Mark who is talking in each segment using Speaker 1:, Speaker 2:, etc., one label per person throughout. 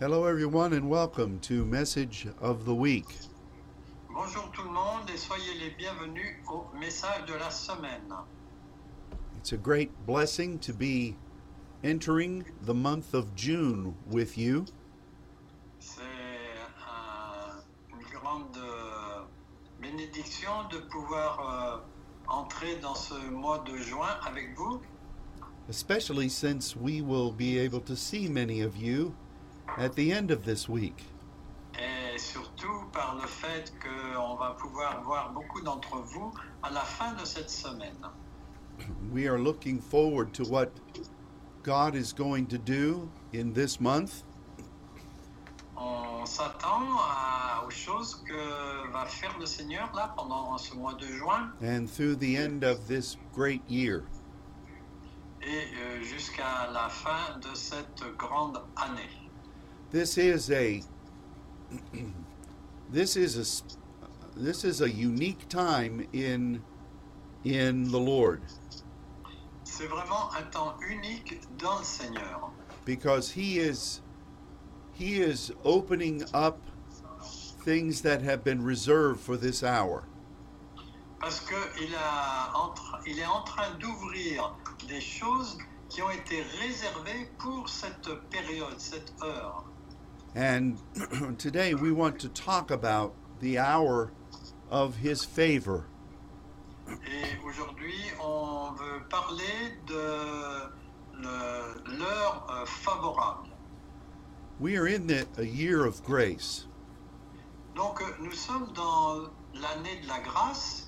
Speaker 1: Hello, everyone, and welcome to Message of the Week.
Speaker 2: Bonjour tout le monde et soyez les bienvenus au message de la semaine.
Speaker 1: It's a great blessing to be entering the month of June with you.
Speaker 2: C'est un- une grande euh, bénédiction de pouvoir euh, entrer dans ce mois de juin avec vous,
Speaker 1: especially since we will be able to see many of you at the end of this week.
Speaker 2: et surtout par le fait qu'on va pouvoir voir beaucoup d'entre vous à la fin de cette semaine.
Speaker 1: We are looking forward to what God is going to do in this month,
Speaker 2: On s'attend à- aux choses que va faire le Seigneur là pendant ce mois de juin
Speaker 1: and through the end of this great year.
Speaker 2: et euh, jusqu'à la fin de cette grande année.
Speaker 1: This is a this is a s- this is a unique time in in the Lord
Speaker 2: C'est vraiment un temps unique dans le Seigneur.
Speaker 1: because he is he is opening up things that have been reserved for this hour.
Speaker 2: Parce qu'il il est en train d'ouvrir des choses qui ont été réservées pour cette période, cette heure.
Speaker 1: And today we want to talk about the hour of his favor.
Speaker 2: Et aujourd'hui, on veut parler de le- l'heure euh, favorable.
Speaker 1: We are in the, a year of grace,
Speaker 2: Donc, euh, nous sommes dans l'année de la grâce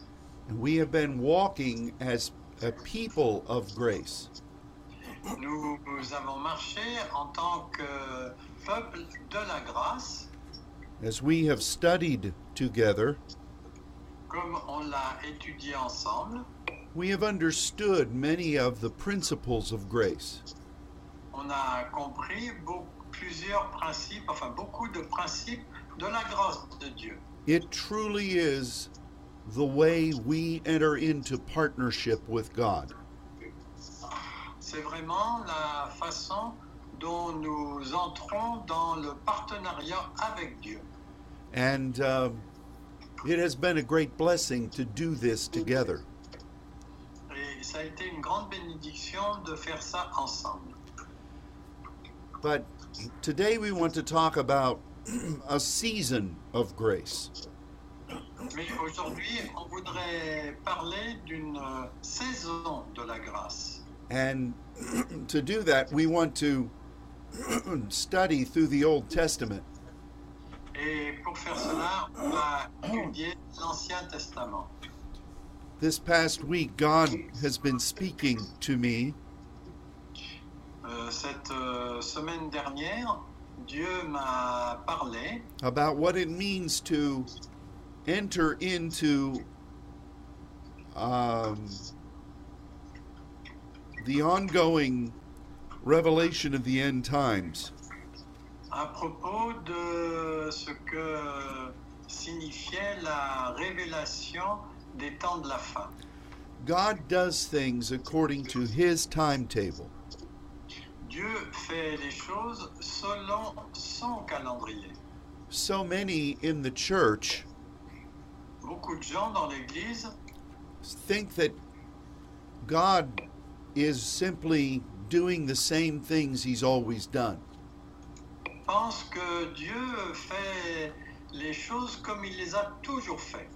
Speaker 1: and we have been walking as a people of grace.
Speaker 2: Nous, nous avons marché en tant que peuple de la grâce,
Speaker 1: As we have studied together,
Speaker 2: comme on l'a étudié ensemble.
Speaker 1: we have understood many of the principles of grace.
Speaker 2: On a compris beau- plusieurs principes, enfin beaucoup de principes de la grâce de Dieu.
Speaker 1: It truly is the way we enter into partnership with God.
Speaker 2: C'est vraiment la façon dont nous entrons dans le partenariat avec Dieu.
Speaker 1: And uh, it has been a great blessing to do this together.
Speaker 2: Et ça a été une grande bénédiction de faire ça ensemble.
Speaker 1: But today we want to talk about a season of grace.
Speaker 2: Mais aujourd'hui, on voudrait parler d'une euh, saison de la grâce.
Speaker 1: And to do that, we want to study through the Old Testament.
Speaker 2: Et pour faire cela, on va étudier l'Ancien Testament.
Speaker 1: This past week, God has been speaking to me
Speaker 2: Euh, cette euh, semaine dernière, Dieu m'a parlé
Speaker 1: about what it means to enter into um, the ongoing revelation of the end times.
Speaker 2: à propos de ce que signifiait la révélation des temps de la fin.
Speaker 1: God does things according to his timetable.
Speaker 2: Dieu fait les choses selon son calendrier.
Speaker 1: So many in the church
Speaker 2: Beaucoup de gens dans l'Église
Speaker 1: think that God is simply doing the same things he's always done.
Speaker 2: pensent que Dieu fait les choses comme il les a toujours faites.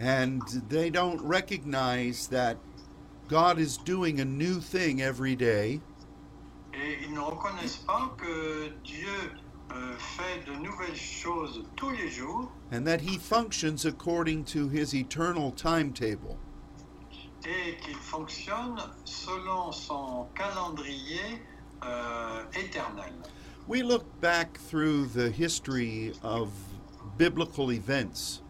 Speaker 1: And they don't recognize that God is doing a new thing every day
Speaker 2: Et ils ne reconnaissent pas que Dieu euh, fait de nouvelles choses tous les jours
Speaker 1: and that he functions according to his eternal timetable.
Speaker 2: et qu'il fonctionne selon son calendrier euh, éternel.
Speaker 1: We look back through the history of biblical events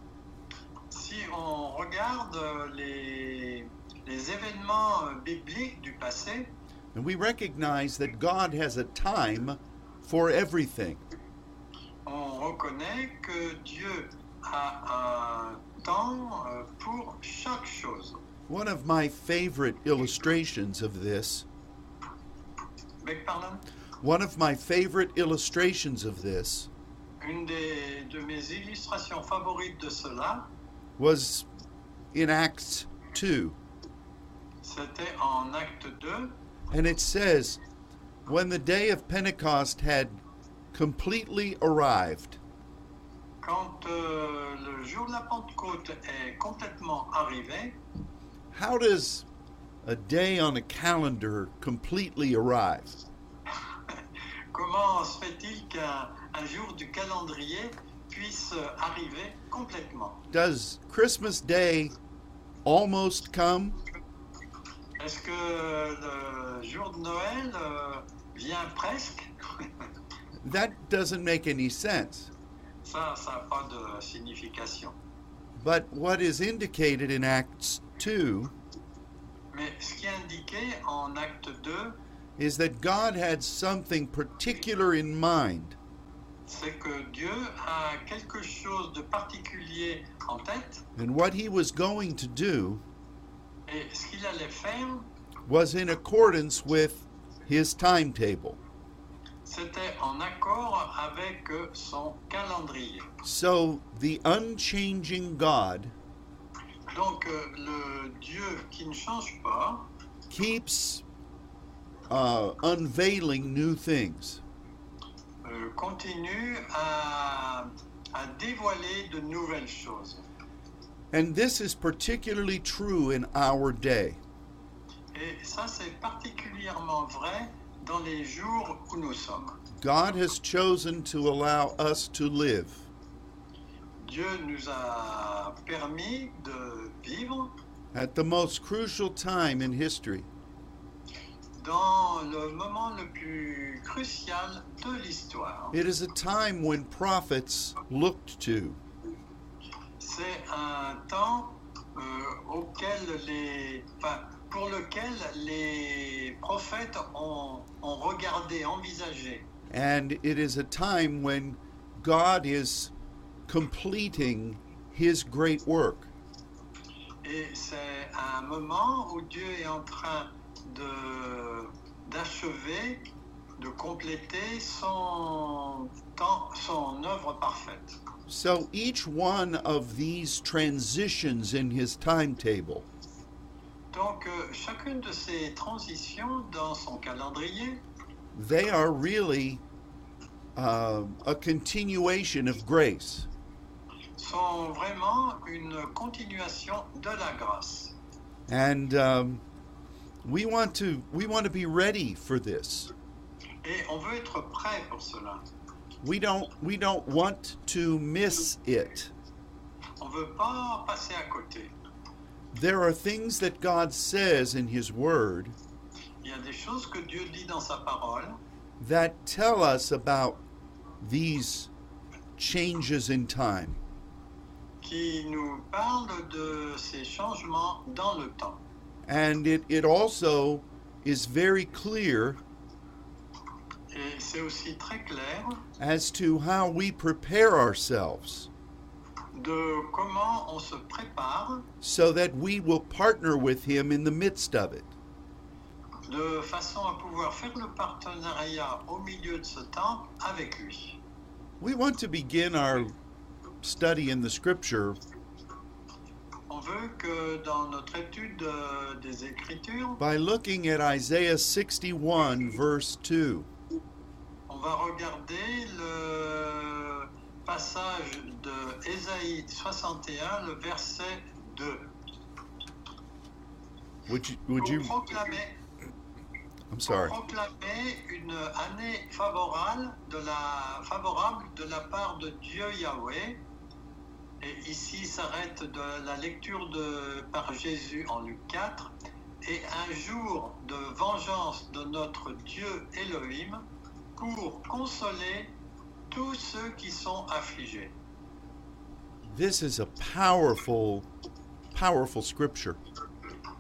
Speaker 2: Si on regarde euh, les, les événements euh, bibliques du passé,
Speaker 1: and we recognize that God has a time for everything.
Speaker 2: on reconnaît que Dieu a un temps euh, pour chaque chose.
Speaker 1: One of my favorite illustrations of this
Speaker 2: Beck, pardon
Speaker 1: One of my favorite illustrations of this
Speaker 2: Une des, de mes illustrations favorites de cela,
Speaker 1: was in Acts 2,
Speaker 2: c'était en acte 2,
Speaker 1: and it says, When the day of Pentecost had completely arrived,
Speaker 2: quand euh, le jour de la Pentecôte est complètement arrivé.
Speaker 1: how does a day on a calendar completely arrive?
Speaker 2: Comment se fait-il qu'un un jour du calendrier puisse euh, arriver complètement
Speaker 1: Does Christmas Day almost come?
Speaker 2: Est-ce que le jour de Noël euh, vient presque
Speaker 1: That doesn't make any sense.
Speaker 2: Ça, ça n'a pas de signification.
Speaker 1: But what is indicated in Acts 2
Speaker 2: Mais ce qui est indiqué en acte 2,
Speaker 1: is that God had something particular in mind.
Speaker 2: c'est que Dieu a quelque chose de particulier en tête
Speaker 1: And what he was going to do
Speaker 2: et ce qu'il allait faire,
Speaker 1: was in accordance with his timetable.
Speaker 2: c'était en accord avec euh, son calendrier.
Speaker 1: So the unchanging God
Speaker 2: Donc euh, le Dieu qui ne change pas
Speaker 1: keeps uh, unveiling new things.
Speaker 2: euh, continue à, à dévoiler de nouvelles choses.
Speaker 1: And this is particularly true in our day.
Speaker 2: Et ça, c'est particulièrement vrai dans les jours où nous sommes.
Speaker 1: God has chosen to allow us to live,
Speaker 2: Dieu nous a permis de vivre
Speaker 1: at the most crucial time in history.
Speaker 2: dans le moment le plus crucial de l'histoire.
Speaker 1: It is a time when prophets looked to,
Speaker 2: C'est un temps euh, auquel les, enfin, pour lequel les prophètes ont, ont regardé, envisagé.
Speaker 1: and it is a time when God is completing his great work.
Speaker 2: Et c'est un moment où Dieu est en train de d'achever, de compléter son temps, son œuvre parfaite.
Speaker 1: So each one of these transitions in his timetable
Speaker 2: Donc euh, chacune de ces transitions dans son calendrier,
Speaker 1: they are really um, a continuation of grace.
Speaker 2: sont vraiment une continuation de la grâce.
Speaker 1: And um, we want to we want to be ready for this.
Speaker 2: Et on veut être prêt pour cela.
Speaker 1: We don't we don't want to miss it.
Speaker 2: On ne veut pas passer à côté.
Speaker 1: There are things that God says in his word
Speaker 2: Il y a des choses que Dieu dit dans sa parole
Speaker 1: that tell us about these changes in time.
Speaker 2: qui nous parlent de ces changements dans le temps.
Speaker 1: And it, it also is very clear
Speaker 2: Et c'est aussi très clair
Speaker 1: as to how we prepare ourselves
Speaker 2: de comment on se prépare
Speaker 1: so that we will partner with Him in the midst of it.
Speaker 2: de façon à pouvoir faire le partenariat au milieu de ce temps avec lui.
Speaker 1: We want to begin our study in the Scripture
Speaker 2: On veut que dans notre étude euh, des Écritures,
Speaker 1: by looking at Isaiah 61, verse 2.
Speaker 2: on va regarder le passage de Ésaïe 61, le verset 2.
Speaker 1: Would you, would
Speaker 2: Pour
Speaker 1: you,
Speaker 2: proclamer,
Speaker 1: I'm
Speaker 2: pour
Speaker 1: sorry.
Speaker 2: proclamer une année favorable de, la, favorable de la part de Dieu Yahweh. Et ici s'arrête de la lecture de, par Jésus en Luc 4. Et un jour de vengeance de notre Dieu Elohim pour consoler tous ceux qui sont affligés.
Speaker 1: This is a powerful, powerful Scripture.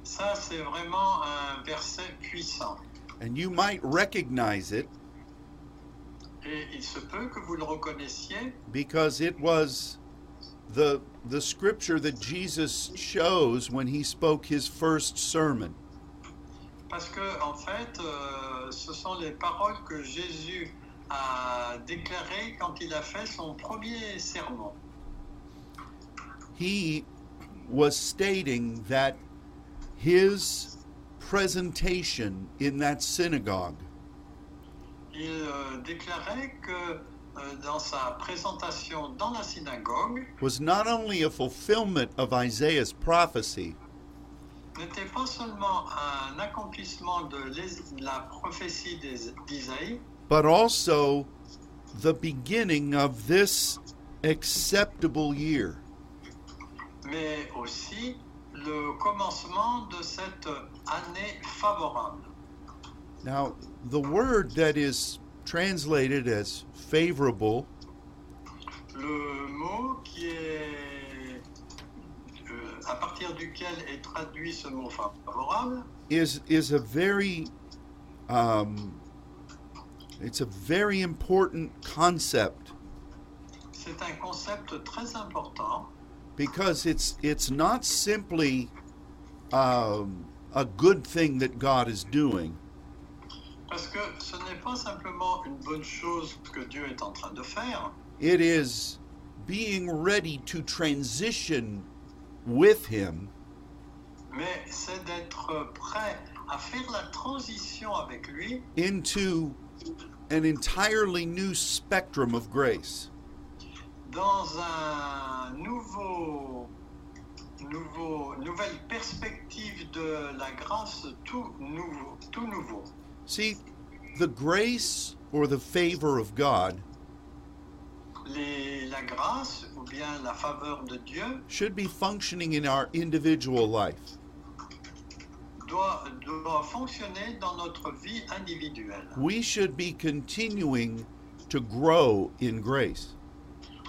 Speaker 2: Ça, c'est vraiment un verset puissant.
Speaker 1: And you might recognize it
Speaker 2: Et il se peut que vous le reconnaissiez
Speaker 1: because it was the, the Scripture that Jesus chose when He spoke His first sermon.
Speaker 2: Parce que, en fait, euh, ce sont les paroles que Jésus a déclarées quand il a fait son premier sermon.
Speaker 1: He was stating that his presentation in that synagogue
Speaker 2: Il euh, déclarait que euh, dans sa présentation dans la synagogue,
Speaker 1: was not only a fulfillment of Isaiah's prophecy,
Speaker 2: n'était pas seulement un accomplissement de l'Ési- de la prophétie d'Ési- d'Isaïe,
Speaker 1: but also the beginning of this acceptable year.
Speaker 2: mais aussi le commencement de cette année favorable.
Speaker 1: Now, the word that is translated as favorable
Speaker 2: Le mot qui est euh, à partir duquel est traduit ce mot favorable
Speaker 1: is is a very um, it's a very important concept
Speaker 2: C'est un concept très important
Speaker 1: because it's it's not simply um, a good thing that God is doing,
Speaker 2: parce que ce n'est pas simplement une bonne chose que Dieu est en train de faire,
Speaker 1: it is being ready to transition with him
Speaker 2: mais c'est d'être prêt à faire la transition avec lui
Speaker 1: into an entirely new spectrum of grace.
Speaker 2: dans un nouveau, nouveau, nouvelle perspective de la grâce tout nouveau, tout nouveau.
Speaker 1: See, the grace or the favor of God
Speaker 2: Les- la grâce ou bien la faveur de Dieu
Speaker 1: should be functioning in our individual life.
Speaker 2: doit, doit fonctionner dans notre vie individuelle.
Speaker 1: We should be continuing to grow in grace.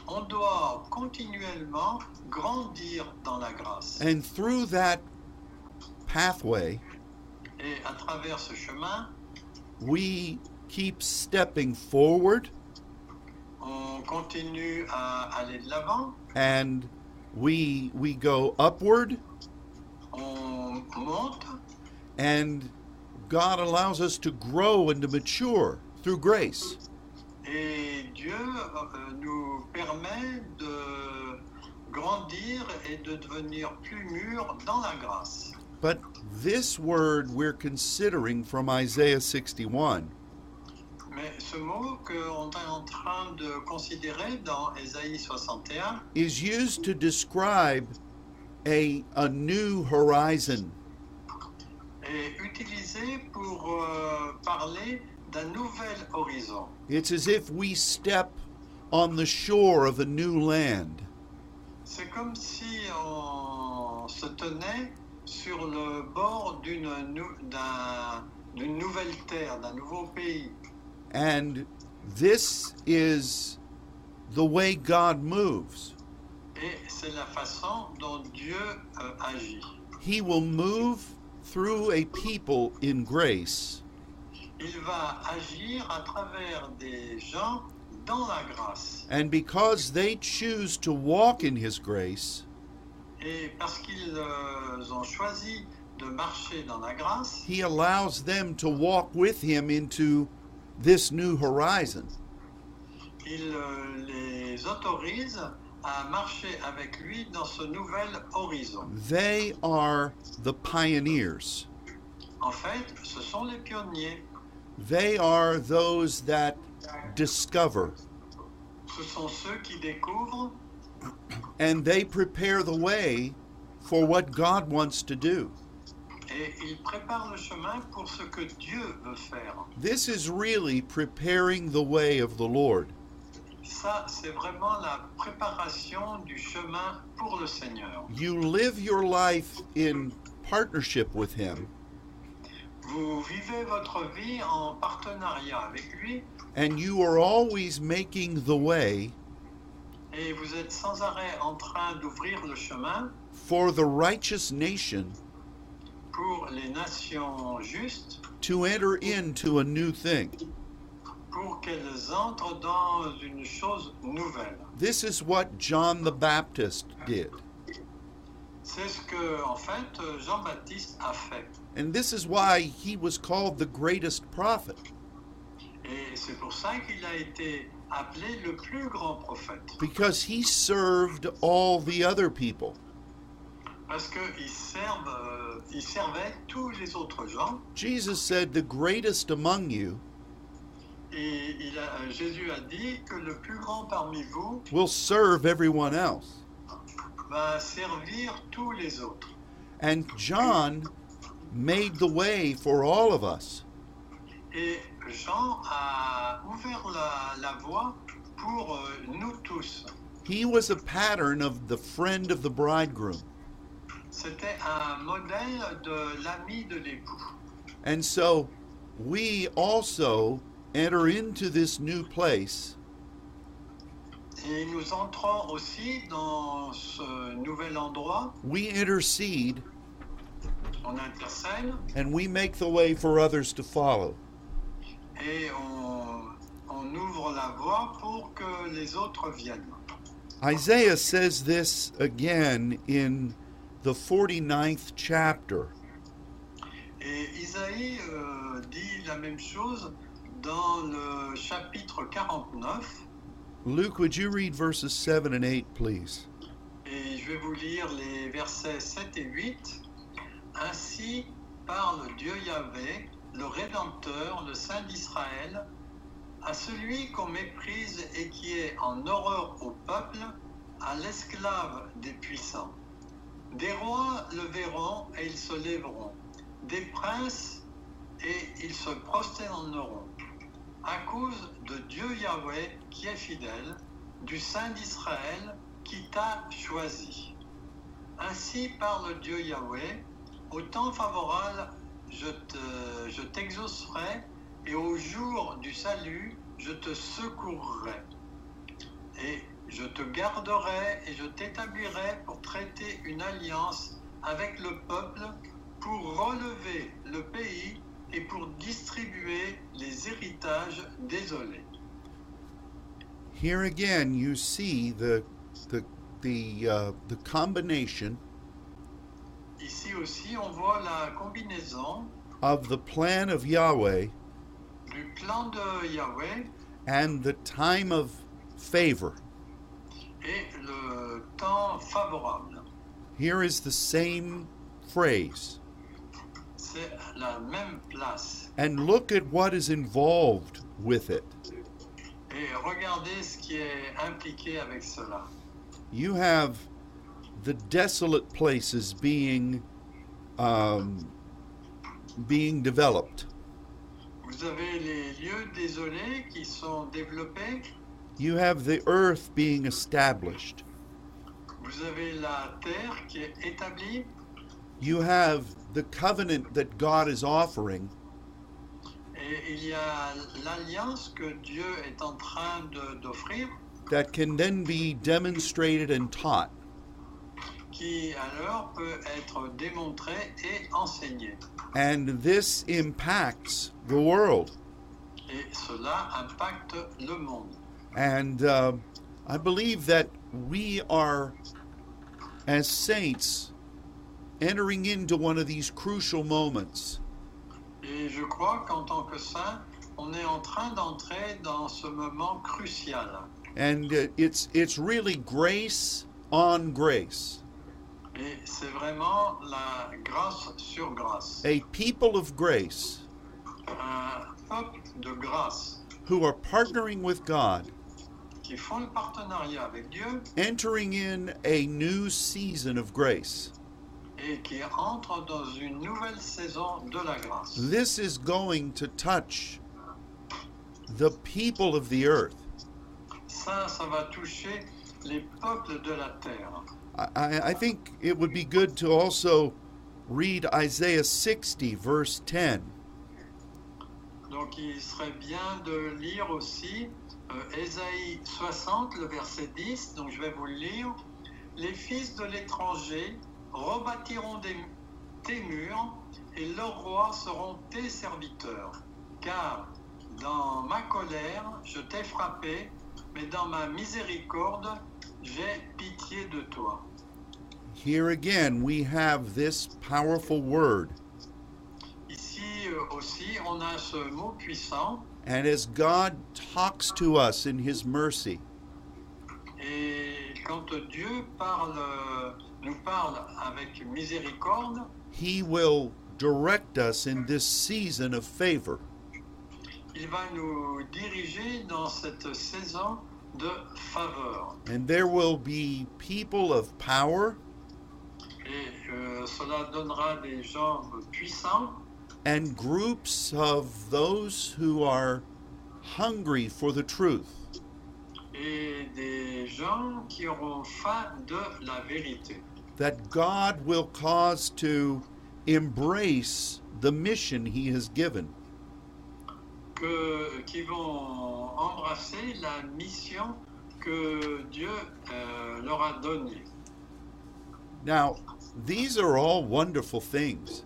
Speaker 2: On doit continuellement grandir dans la grâce.
Speaker 1: And through that pathway,
Speaker 2: Et à travers ce chemin,
Speaker 1: we keep stepping forward
Speaker 2: on continue à aller de l'avant,
Speaker 1: and we we go upward
Speaker 2: on monte
Speaker 1: and God allows us to grow and to mature through grace.
Speaker 2: et Dieu euh, nous permet de grandir et de devenir plus mûr dans la grâce.
Speaker 1: But this word we're considering from Isaiah 61
Speaker 2: Mais ce mot qu'on est en train de considérer dans Ésaïe 61
Speaker 1: is used to describe a, a new horizon.
Speaker 2: est utilisé pour euh, parler d'un nouvel horizon.
Speaker 1: It's as if we step on the shore of a new land.
Speaker 2: C'est comme si on se tenait sur le bord d'une nou- d'un- d'une nouvelle terre, d'un nouveau pays.
Speaker 1: And this is the way God moves.
Speaker 2: Et c'est la façon dont Dieu euh, agit.
Speaker 1: He will move through a people in grace
Speaker 2: Il va agir à travers des gens dans la grâce.
Speaker 1: And because they choose to walk in His grace,
Speaker 2: Et parce qu'ils euh, ont choisi de marcher dans la grâce,
Speaker 1: He allows them to walk with Him into this new horizon.
Speaker 2: il euh, les autorise à marcher avec lui dans ce nouvel horizon.
Speaker 1: They are the pioneers,
Speaker 2: En fait, ce sont les pionniers.
Speaker 1: they are those that discover
Speaker 2: Ce sont ceux qui découvrent
Speaker 1: and they prepare the way for what God wants to do.
Speaker 2: et ils préparent le chemin pour ce que Dieu veut faire.
Speaker 1: This is really preparing the way of the Lord.
Speaker 2: Ça, c'est vraiment la préparation du chemin pour le Seigneur.
Speaker 1: You live your life in partnership with Him,
Speaker 2: Vous vivez votre vie en partenariat avec lui
Speaker 1: and you are always making the way
Speaker 2: et vous êtes sans arrêt en train d'ouvrir le chemin
Speaker 1: for the righteous nation
Speaker 2: pour les nations justes,
Speaker 1: to enter into a new thing.
Speaker 2: pour qu'elles entrent dans une chose nouvelle.
Speaker 1: This is what John the Baptist did.
Speaker 2: C'est ce que, en fait, Jean-Baptiste a fait.
Speaker 1: And this is why he was called the greatest prophet.
Speaker 2: Et c'est pour ça qu'il a été appelé le plus grand prophète.
Speaker 1: because he served all the other people.
Speaker 2: Parce qu'il euh, il servait tous les autres gens.
Speaker 1: Jesus said, The greatest among you
Speaker 2: Et il a- Jésus a dit que le plus grand parmi vous
Speaker 1: will serve everyone else.
Speaker 2: va servir tous les autres.
Speaker 1: And John made the way for all of us.
Speaker 2: Et Jean a ouvert la, la voie pour euh, nous tous.
Speaker 1: He was a pattern of the friend of the bridegroom.
Speaker 2: C'était un modèle de l'ami de l'époux.
Speaker 1: And so we also enter into this new place
Speaker 2: Et nous entrons aussi dans ce nouvel endroit,
Speaker 1: we intercede
Speaker 2: on intercède
Speaker 1: and we make the way for others to follow.
Speaker 2: et on, on ouvre la voie pour que les autres viennent.
Speaker 1: Isaiah says this again in the 49th chapter.
Speaker 2: Et Isaïe euh, dit la même chose dans le chapitre 49,
Speaker 1: Luke, would you read verses 7 and 8, please?
Speaker 2: et je vais vous lire les versets 7 et 8. Ainsi parle Dieu Yahvé, le Rédempteur, le Saint d'Israël, à celui qu'on méprise et qui est en horreur au peuple, à l'esclave des puissants. Des rois le verront et ils se lèveront, des princes et ils se prosterneront, à cause de Dieu Yahvé qui est fidèle, du Saint d'Israël qui t'a choisi. Ainsi parle Dieu Yahvé, au temps favorable je te- je t'exaucerai et au jour du salut je te secourrai. Et je te garderai et je t'établirai pour traiter une alliance avec le peuple, pour relever le pays et pour distribuer les héritages désolés.
Speaker 1: Here again, you see the the the uh, the combination
Speaker 2: Ici aussi, on voit la combinaison
Speaker 1: of the plan of Yahweh
Speaker 2: du plan de Yahweh
Speaker 1: and the time of favor.
Speaker 2: et le temps favorable.
Speaker 1: Here is the same phrase.
Speaker 2: C'est la même place.
Speaker 1: And look at what is involved with it.
Speaker 2: Et regardez ce qui est impliqué avec cela.
Speaker 1: You have the desolate places being um, being developed.
Speaker 2: Vous avez les lieux désolés qui sont développés,
Speaker 1: You have the earth being established.
Speaker 2: vous avez la terre qui est établie,
Speaker 1: You have the covenant that God is offering,
Speaker 2: et il y a l'alliance que Dieu est en train de- d'offrir,
Speaker 1: that can then be demonstrated and taught.
Speaker 2: qui alors peut être démontrée et enseignée.
Speaker 1: And this impacts the world.
Speaker 2: Et cela impacte le monde.
Speaker 1: And uh, I believe that we are, as saints, entering into one of these crucial moments
Speaker 2: Et je crois qu'en tant que saint, on est en train d'entrer dans ce moment crucial.
Speaker 1: and uh, it's it's really grace on grace
Speaker 2: Et c'est vraiment la grâce sur grâce.
Speaker 1: a people of grace
Speaker 2: Un peuple de grâce
Speaker 1: who are partnering with God
Speaker 2: qui font le partenariat avec Dieu
Speaker 1: entering in a new season of grace.
Speaker 2: et qui entrent dans une nouvelle saison de la grâce.
Speaker 1: This is going to touch the people of the earth.
Speaker 2: Ça, ça va toucher les peuples de la terre.
Speaker 1: I, I I think it would be good to also read Isaiah 60, verse 10.
Speaker 2: Donc il serait bien de lire aussi euh, Ésaïe 60, le verset 10, donc je vais vous le lire. Les fils de l'étranger rebâtiront des- tes murs et leurs rois seront tes serviteurs. Car dans ma colère, je t'ai frappé, mais dans ma miséricorde, j'ai pitié de toi.
Speaker 1: Here again, we have this powerful word.
Speaker 2: Ici euh, aussi, on a ce mot puissant
Speaker 1: And as God talks to us in His mercy,
Speaker 2: et quand Dieu parle, euh, nous parle avec miséricorde,
Speaker 1: He will direct us in this season of favor.
Speaker 2: il va nous diriger dans cette saison de faveur.
Speaker 1: And there will be people of power
Speaker 2: Et euh, cela donnera des gens puissants
Speaker 1: and groups of those who are hungry for the truth.
Speaker 2: et des gens qui auront faim de la vérité.
Speaker 1: that God will cause to embrace the mission He has given.
Speaker 2: que- qui vont embrasser la mission que Dieu euh, leur a donnée.
Speaker 1: Now, these are all wonderful things,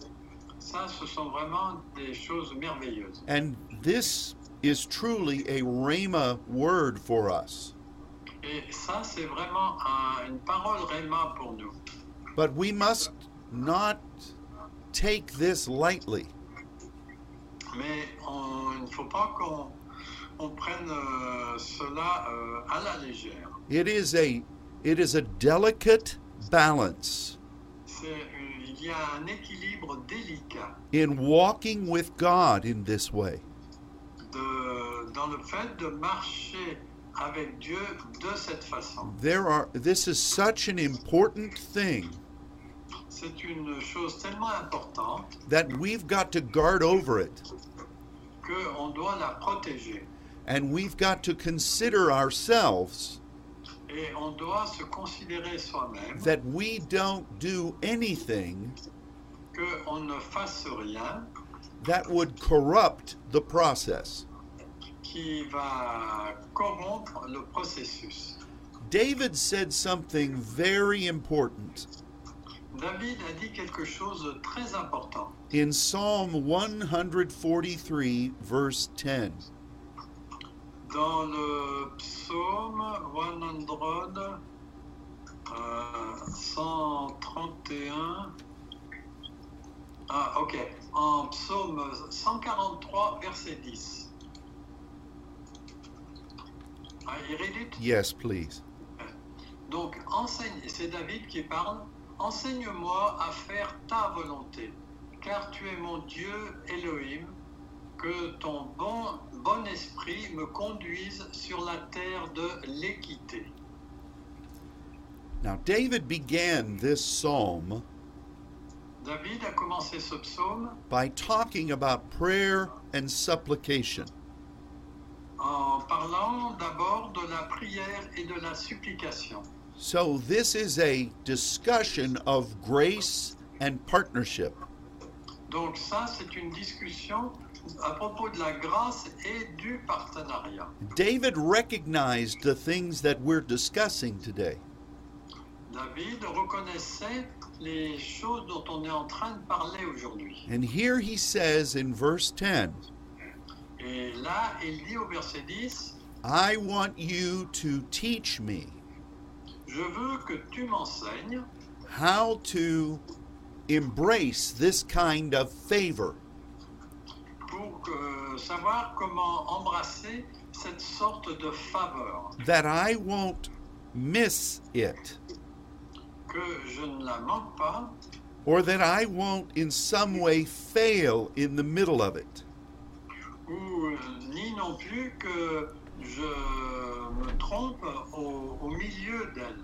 Speaker 2: Ça, ce sont vraiment des choses merveilleuses.
Speaker 1: and this is truly a Rhema word for us.
Speaker 2: Et ça, c'est vraiment un- une parole Réma pour nous.
Speaker 1: But we must not take this lightly.
Speaker 2: Mais on- il ne faut pas qu'on on prenne euh, cela euh, à la légère.
Speaker 1: It is a it is a delicate balance
Speaker 2: C'est- il y a un équilibre délicat
Speaker 1: in walking with God in this way.
Speaker 2: de- dans le fait de marcher avec Dieu de cette façon.
Speaker 1: There are this is such an important thing
Speaker 2: C'est une chose tellement importante
Speaker 1: that we've got to guard over it
Speaker 2: qu'on doit la protéger
Speaker 1: and we've got to consider ourselves
Speaker 2: et on doit se considérer soi-même,
Speaker 1: that we don't do anything
Speaker 2: qu'on ne fasse rien
Speaker 1: that would corrupt the process.
Speaker 2: qui va corrompre le processus.
Speaker 1: David said something very important
Speaker 2: David a dit quelque chose de très important
Speaker 1: in Psalm 143, verse 10.
Speaker 2: dans le psaume 100, euh, 131. Ah, ok. En psaume 143, verset 10. Ah, il réduit
Speaker 1: Yes, please.
Speaker 2: donc, enseigne, et c'est David qui parle, enseigne-moi à faire ta volonté, car tu es mon Dieu Elohim, que ton bon, bon esprit me conduise sur la terre de l'équité.
Speaker 1: Now, David began this psalm
Speaker 2: David a commencé ce psaume
Speaker 1: by talking about prayer and supplication.
Speaker 2: en parlant d'abord de la prière et de la supplication.
Speaker 1: So, this is a discussion of grace and partnership.
Speaker 2: Donc ça, c'est une discussion à propos de la grâce et du partenariat.
Speaker 1: David recognized the things that we're discussing today.
Speaker 2: David reconnaissait les choses dont on est en train de parler aujourd'hui.
Speaker 1: And here he says in verse 10
Speaker 2: Et là, il dit au verset 10,
Speaker 1: I want you to teach me
Speaker 2: je veux que tu m'enseignes
Speaker 1: how to embrace this kind of favor.
Speaker 2: pour que- savoir comment embrasser cette sorte de faveur,
Speaker 1: That I won't miss it,
Speaker 2: que je ne la manque pas,
Speaker 1: or that I won't in some way fail in the middle of it.
Speaker 2: ou euh, ni non plus que je me trompe au, au milieu d'elle.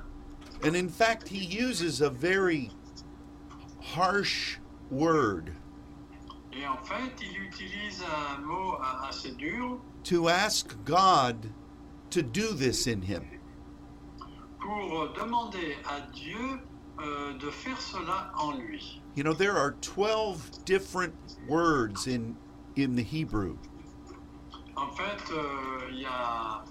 Speaker 1: And in fact, he uses a very harsh word
Speaker 2: Et en fait, il utilise un mot a- assez dur
Speaker 1: to ask God to do this in him.
Speaker 2: pour demander à Dieu euh, de faire cela en lui.
Speaker 1: You know, there are 12 different words in in the Hebrew.
Speaker 2: En fait, euh, il y a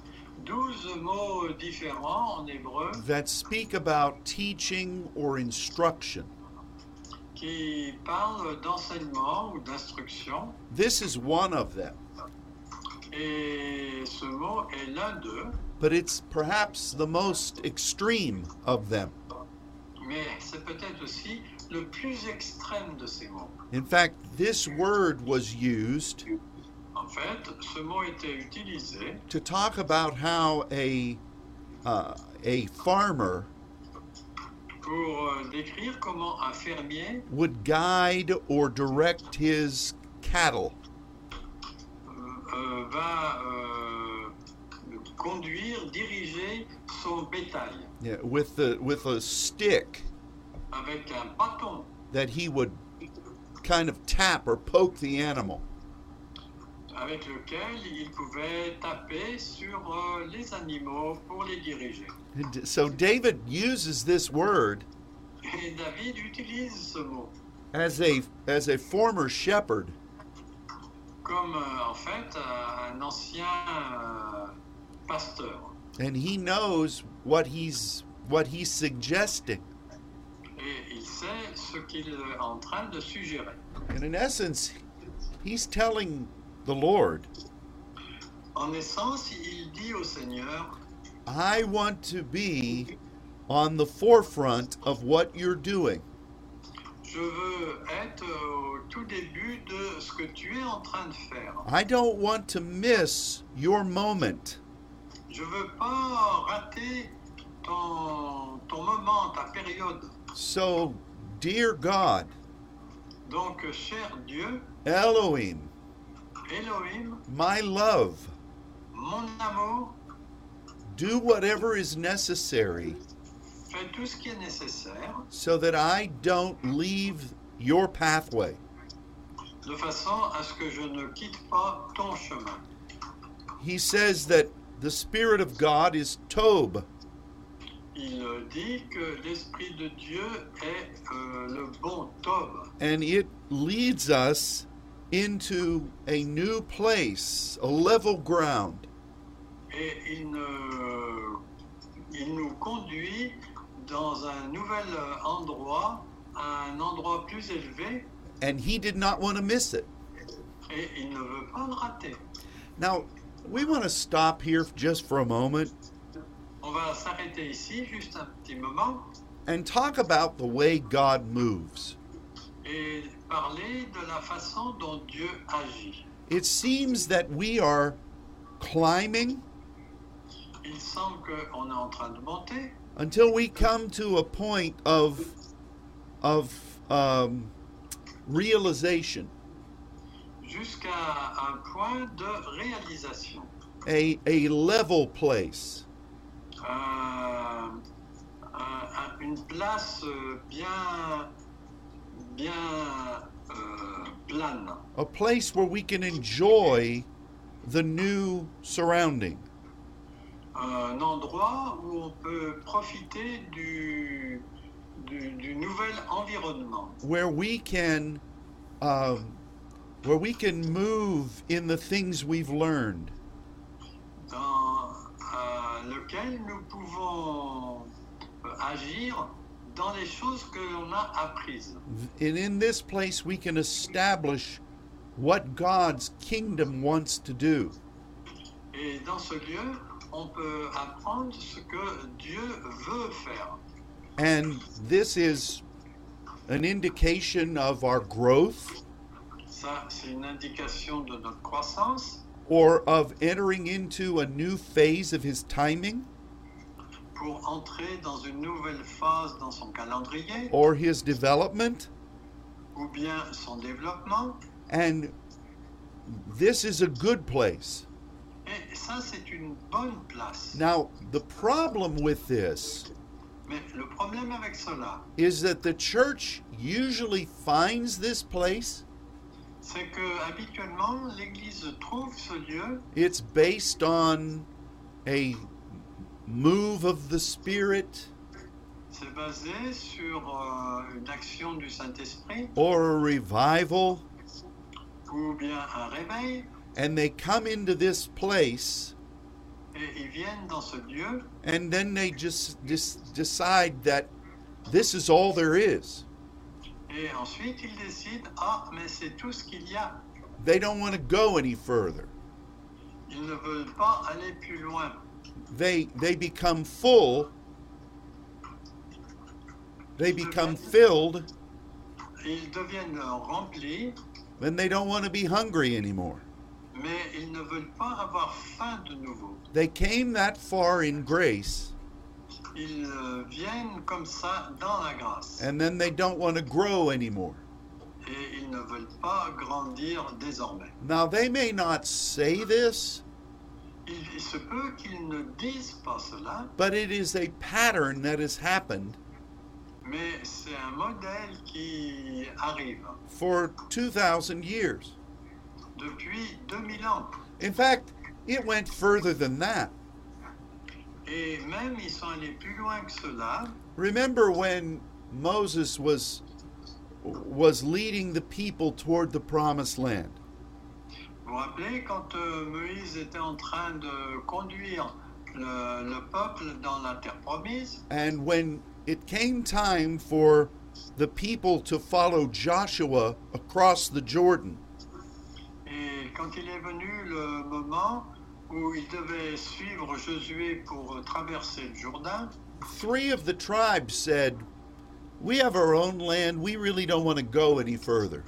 Speaker 2: 12 mots différents en hébreu
Speaker 1: that speak about teaching or instruction.
Speaker 2: qui parlent d'enseignement ou d'instruction.
Speaker 1: This is one of them,
Speaker 2: Et ce mot est l'un d'eux,
Speaker 1: but it's perhaps the most extreme of them.
Speaker 2: mais c'est peut-être aussi le plus extrême de ces mots.
Speaker 1: In fact, this word was used
Speaker 2: En fait, ce mot était utilisé
Speaker 1: to talk about how a uh, a farmer
Speaker 2: pour euh, décrire comment un fermier
Speaker 1: would guide or direct his cattle.
Speaker 2: euh, euh, va euh, conduire, diriger son bétail
Speaker 1: Yeah, with the with a stick
Speaker 2: avec un bâton
Speaker 1: that he would kind of tap or poke the animal.
Speaker 2: avec lequel il pouvait taper sur euh, les animaux pour les diriger.
Speaker 1: And so David uses this word
Speaker 2: Et David utilise ce mot
Speaker 1: as a as a former shepherd
Speaker 2: comme euh, en fait euh, un ancien euh, pasteur.
Speaker 1: and he knows what he's what he's suggesting.
Speaker 2: Et il sait ce qu'il est en train de suggérer.
Speaker 1: And in essence, he's telling the Lord,
Speaker 2: En essence, il dit au Seigneur,
Speaker 1: I want to be on the forefront of what you're doing.
Speaker 2: je veux être au tout début de ce que tu es en train de faire.
Speaker 1: I don't want to miss your moment.
Speaker 2: Je veux pas rater ton, ton moment, ta période.
Speaker 1: So, dear God,
Speaker 2: Donc, cher Dieu,
Speaker 1: Elohim,
Speaker 2: Elohim,
Speaker 1: my love,
Speaker 2: mon amour,
Speaker 1: do whatever is necessary
Speaker 2: fais tout ce qui est nécessaire
Speaker 1: so that I don't leave your pathway.
Speaker 2: de façon à ce que je ne quitte pas ton chemin.
Speaker 1: He says that the Spirit of God is Tob,
Speaker 2: Il euh, dit que l'Esprit de Dieu est euh, le bon Tob
Speaker 1: and it leads us into a new place, a level ground.
Speaker 2: et il, ne- il nous conduit dans un nouvel euh, endroit, un endroit plus élevé
Speaker 1: And he did not want to miss it.
Speaker 2: et il ne veut pas le rater.
Speaker 1: Now, we want to stop here just for a moment
Speaker 2: On va s'arrêter ici juste un petit moment
Speaker 1: and talk about the way God moves.
Speaker 2: et parler de la façon dont Dieu agit.
Speaker 1: It seems that we are climbing
Speaker 2: Il semble qu'on est en train de monter
Speaker 1: until we come to a point of of um, realization,
Speaker 2: jusqu'à un point de réalisation,
Speaker 1: a a level place.
Speaker 2: Euh, un- un- une place euh, bien, bien euh, plane,
Speaker 1: a place where we can enjoy the new surrounding.
Speaker 2: un endroit où on peut profiter du, du, du nouvel environnement.
Speaker 1: where we can um, where we can move in the things we've learned
Speaker 2: dans euh, lequel nous pouvons euh, agir dans les choses que l'on a apprises.
Speaker 1: and in this place we can establish what God's kingdom wants to do
Speaker 2: Et dans ce lieu, on peut apprendre ce que Dieu veut faire.
Speaker 1: and this is an indication of our growth
Speaker 2: Ça, c'est une indication de notre croissance
Speaker 1: or of entering into a new phase of his timing
Speaker 2: pour entrer dans une nouvelle phase dans son calendrier
Speaker 1: or his development
Speaker 2: ou bien son développement.
Speaker 1: and this is a good place
Speaker 2: Et ça, c'est une bonne place.
Speaker 1: now the problem with this
Speaker 2: Mais le problème avec cela,
Speaker 1: is that the church usually finds this place.
Speaker 2: c'est que habituellement, l'Église trouve ce lieu
Speaker 1: It's based on a move of the Spirit
Speaker 2: C'est basé sur euh, une action du Saint-Esprit
Speaker 1: or a revival,
Speaker 2: ou bien un réveil,
Speaker 1: and they come into this place
Speaker 2: et ils viennent dans ce lieu,
Speaker 1: and then they just des- decide that this is all there is.
Speaker 2: et ensuite ils décident, ah, mais c'est tout ce qu'il y a.
Speaker 1: They don't want to go any further.
Speaker 2: Ils ne veulent pas aller plus loin.
Speaker 1: They they become full They become filled
Speaker 2: Ils deviennent remplis,
Speaker 1: when they don't want to be hungry anymore.
Speaker 2: mais ils ne veulent pas avoir faim de nouveau.
Speaker 1: They came that far in grace
Speaker 2: Ils euh, viennent comme ça dans la grâce.
Speaker 1: and then they don't want to grow anymore.
Speaker 2: Et ils ne veulent pas grandir désormais.
Speaker 1: Now, they may not say this,
Speaker 2: Il, il se peut qu'ils ne disent pas cela,
Speaker 1: but it is a pattern that has happened
Speaker 2: mais c'est un modèle qui arrive
Speaker 1: for 2,000 years.
Speaker 2: depuis 2000 ans.
Speaker 1: In fact, it went further than that.
Speaker 2: Et même ils sont allés plus loin que cela.
Speaker 1: Remember when Moses was was leading the people toward the promised land.
Speaker 2: Vous vous rappelez quand euh, Moïse était en train de conduire le, le peuple dans la terre promise
Speaker 1: And when it came time for the people to follow Joshua across the Jordan,
Speaker 2: et quand il est venu le moment où ils devaient suivre Josué pour euh, traverser le Jourdain,
Speaker 1: three of the tribes said, "We have our own land. We really don't want to go any further."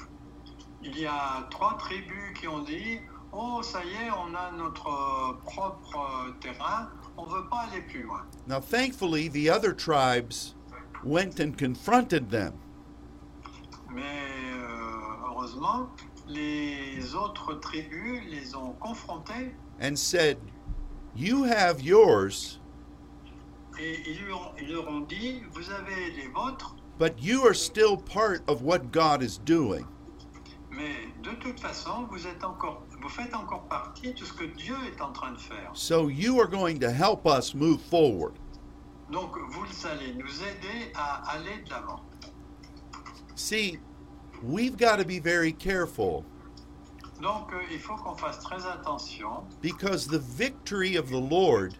Speaker 2: il y a trois tribus qui ont dit Oh, ça y est, on a notre euh, propre euh, terrain, on ne veut pas aller plus loin.
Speaker 1: Now, thankfully, the other tribes went and confronted them.
Speaker 2: Mais euh, heureusement, les autres tribus les ont confrontés
Speaker 1: and said, You have yours,
Speaker 2: et ils, lui ont- ils leur ont dit Vous avez les vôtres,
Speaker 1: but you are still part of what God is doing.
Speaker 2: mais de toute façon, vous, êtes encore, vous faites encore partie de ce que Dieu est en train de faire.
Speaker 1: So you are going to help us move forward.
Speaker 2: Donc, vous allez nous aider à aller de l'avant.
Speaker 1: See, we've got to be very careful
Speaker 2: Donc, euh, il faut qu'on fasse très attention
Speaker 1: because the victory of the Lord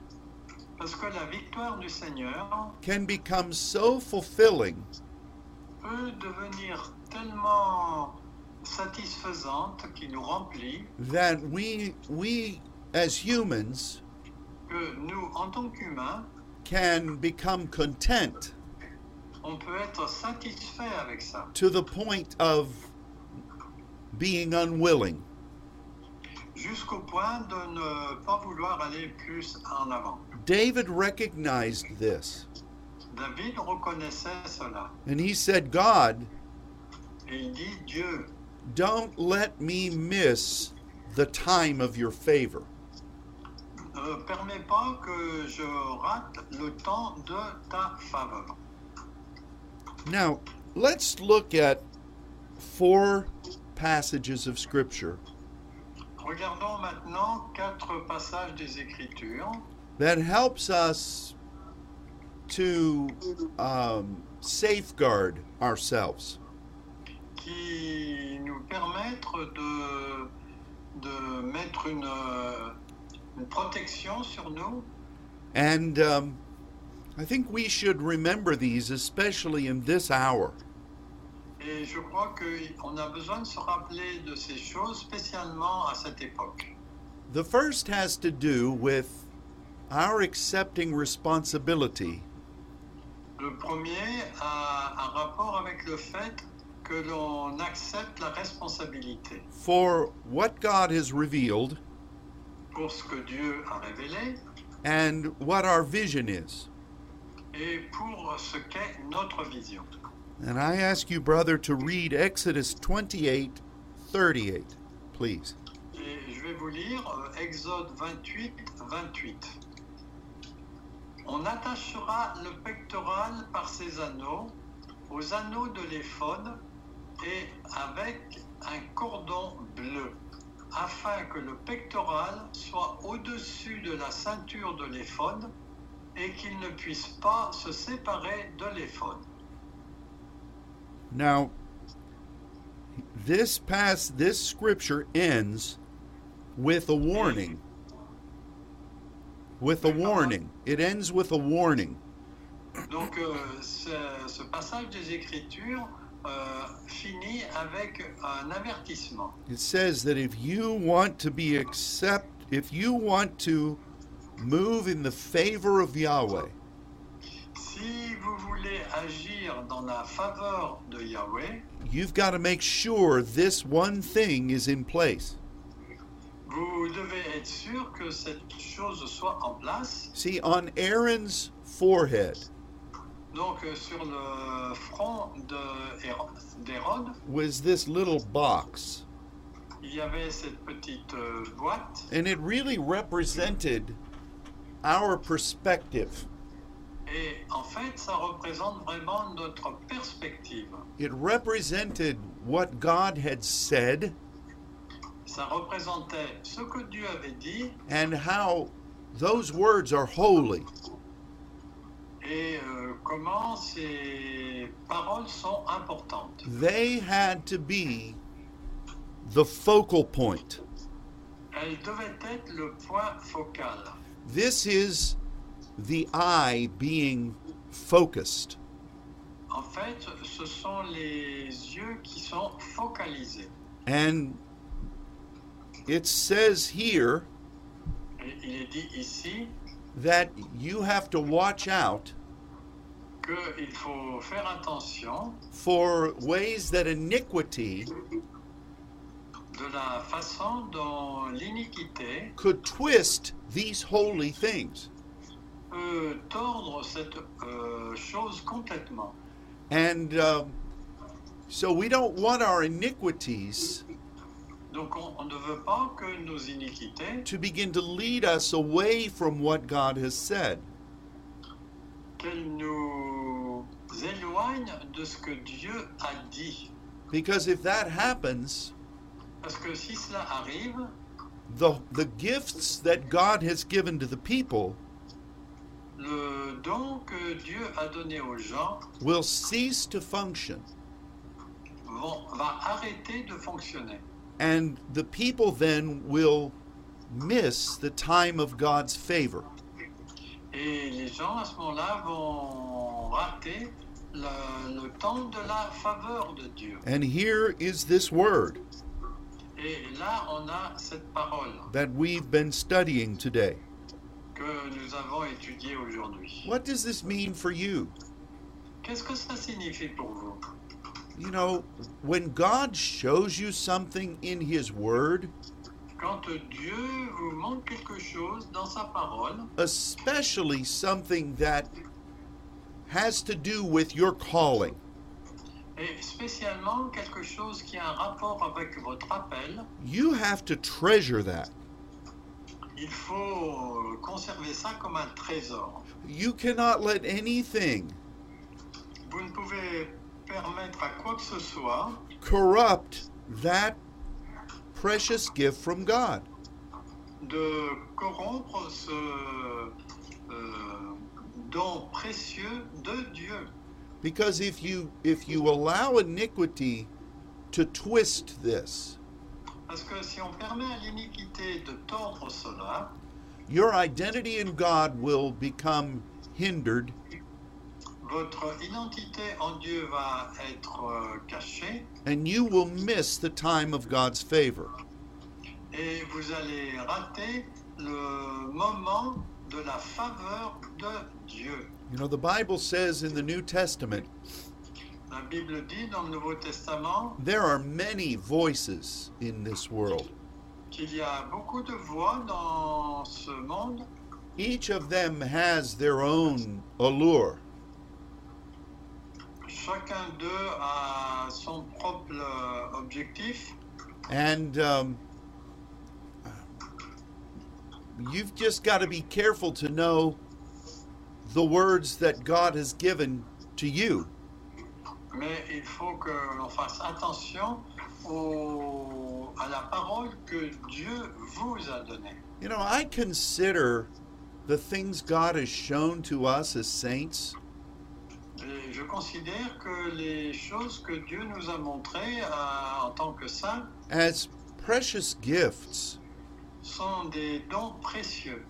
Speaker 2: parce que la victoire du Seigneur
Speaker 1: can become so fulfilling
Speaker 2: peut devenir tellement satisfaisante qui nous remplit
Speaker 1: that we, we as humans,
Speaker 2: que nous, en tant qu'humains,
Speaker 1: can become content
Speaker 2: on peut être satisfait avec ça,
Speaker 1: to the point of being unwilling.
Speaker 2: jusqu'au point de ne pas vouloir aller plus en avant.
Speaker 1: David recognized this.
Speaker 2: David reconnaissait cela
Speaker 1: And he said, God,
Speaker 2: et il dit Dieu,
Speaker 1: don't let me miss the time of your favor.
Speaker 2: ne euh, permets pas que je rate le temps de ta faveur.
Speaker 1: Now, let's look at four passages of Scripture
Speaker 2: Regardons maintenant quatre passages des Écritures
Speaker 1: that helps us to um, safeguard ourselves.
Speaker 2: qui nous permettent de, de mettre une, euh, une protection sur nous.
Speaker 1: And um, I think we should remember these, especially in this hour.
Speaker 2: Et je crois qu'on a besoin de se rappeler de ces choses, spécialement à cette époque.
Speaker 1: The first has to do with our accepting responsibility
Speaker 2: Le premier a un rapport avec le fait que l'on accepte la responsabilité
Speaker 1: for what God has revealed
Speaker 2: pour ce que Dieu a révélé
Speaker 1: and what our vision is.
Speaker 2: et pour ce qu'est notre vision.
Speaker 1: And I ask you, brother, to read Exodus 28 38, please.
Speaker 2: Et je vais vous lire euh, Exode 28, 28. On attachera le pectoral par ses anneaux aux anneaux de l'éphod et avec un cordon bleu, afin que le pectoral soit au-dessus de la ceinture de l'éphod et qu'il ne puisse pas se séparer de l'éphod.
Speaker 1: Now, this pass, this scripture ends with a warning. With a warning. It ends with a warning.
Speaker 2: Donc euh, ce, ce passage des Écritures euh, finit avec un avertissement.
Speaker 1: It says that if you want to be accept, if you want to move in the favor of Yahweh,
Speaker 2: Si vous voulez agir dans la faveur de Yahweh,
Speaker 1: you've got to make sure this one thing is in place.
Speaker 2: vous devez être sûr que cette chose soit en place.
Speaker 1: See, on Aaron's forehead
Speaker 2: Donc euh, sur le front de Héro- d'Hérode,
Speaker 1: was this little box,
Speaker 2: il y avait cette petite euh, boîte
Speaker 1: and it really represented our perspective.
Speaker 2: et en fait ça représente vraiment notre perspective.
Speaker 1: It represented what God had said
Speaker 2: Ça représentait ce que Dieu avait dit
Speaker 1: and how those words are holy.
Speaker 2: et euh, comment ces paroles sont importantes.
Speaker 1: They had to be the focal point.
Speaker 2: Elles devaient être le point focal.
Speaker 1: This is the eye being focused.
Speaker 2: En fait, ce sont les yeux qui sont focalisés.
Speaker 1: And it says here
Speaker 2: Et il est dit ici
Speaker 1: that you have to watch out
Speaker 2: qu'il faut faire attention
Speaker 1: for ways that iniquity
Speaker 2: de la façon dont l'iniquité
Speaker 1: could twist these holy things.
Speaker 2: peut tordre cette euh, chose complètement.
Speaker 1: And um, so we don't want our iniquities
Speaker 2: Donc on, on ne veut pas que nos iniquités,
Speaker 1: to begin to lead us away from what God has said.
Speaker 2: qu'elles nous éloignent de ce que Dieu a dit.
Speaker 1: Because if that happens,
Speaker 2: Parce que si cela arrive,
Speaker 1: the, the gifts that God has given to the people
Speaker 2: le don que Dieu a donné aux gens
Speaker 1: will cease to function.
Speaker 2: vont- va arrêter de fonctionner.
Speaker 1: And the people then will miss the time of God's favor.
Speaker 2: Et les gens à ce moment-là vont rater le, le temps de la faveur de Dieu.
Speaker 1: And here is this word
Speaker 2: Et là, on a cette parole
Speaker 1: that we've been studying today.
Speaker 2: que nous avons étudiée aujourd'hui.
Speaker 1: What does this mean for you?
Speaker 2: Qu'est-ce que ça signifie pour vous
Speaker 1: You know, when God shows you something in His Word,
Speaker 2: Quand Dieu vous montre quelque chose dans sa parole,
Speaker 1: especially something that has to do with your calling,
Speaker 2: et spécialement quelque chose qui a un rapport avec votre appel,
Speaker 1: you have to treasure that.
Speaker 2: il faut euh, conserver ça comme un trésor.
Speaker 1: You cannot let anything
Speaker 2: Vous ne pouvez permettre à quoi que ce soit
Speaker 1: corrupt that precious gift from God.
Speaker 2: de corrompre ce euh, don précieux de Dieu.
Speaker 1: Because if you if you allow iniquity to twist this,
Speaker 2: Parce que si on permet à l'iniquité de tordre cela,
Speaker 1: your identity in God will become hindered
Speaker 2: votre identité en Dieu va être euh, cachée
Speaker 1: and you will miss the time of God's favor.
Speaker 2: et vous allez rater le moment de la faveur de Dieu.
Speaker 1: You know, the Bible says in the New Testament,
Speaker 2: La Bible dit dans le Nouveau Testament
Speaker 1: there are many voices in this world.
Speaker 2: qu'il y a beaucoup de voix dans ce monde
Speaker 1: Each of them has their own allure.
Speaker 2: Chacun d'eux a son propre euh, objectif
Speaker 1: And um, you've just got to be careful to know the words that God has given to you.
Speaker 2: mais il faut que l'on fasse attention au- à la parole que Dieu vous a donnée.
Speaker 1: You know, I consider the things God has shown to us as saints
Speaker 2: Et je considère que les choses que Dieu nous a montrées euh, en tant que saints
Speaker 1: as precious gifts.
Speaker 2: sont des dons précieux.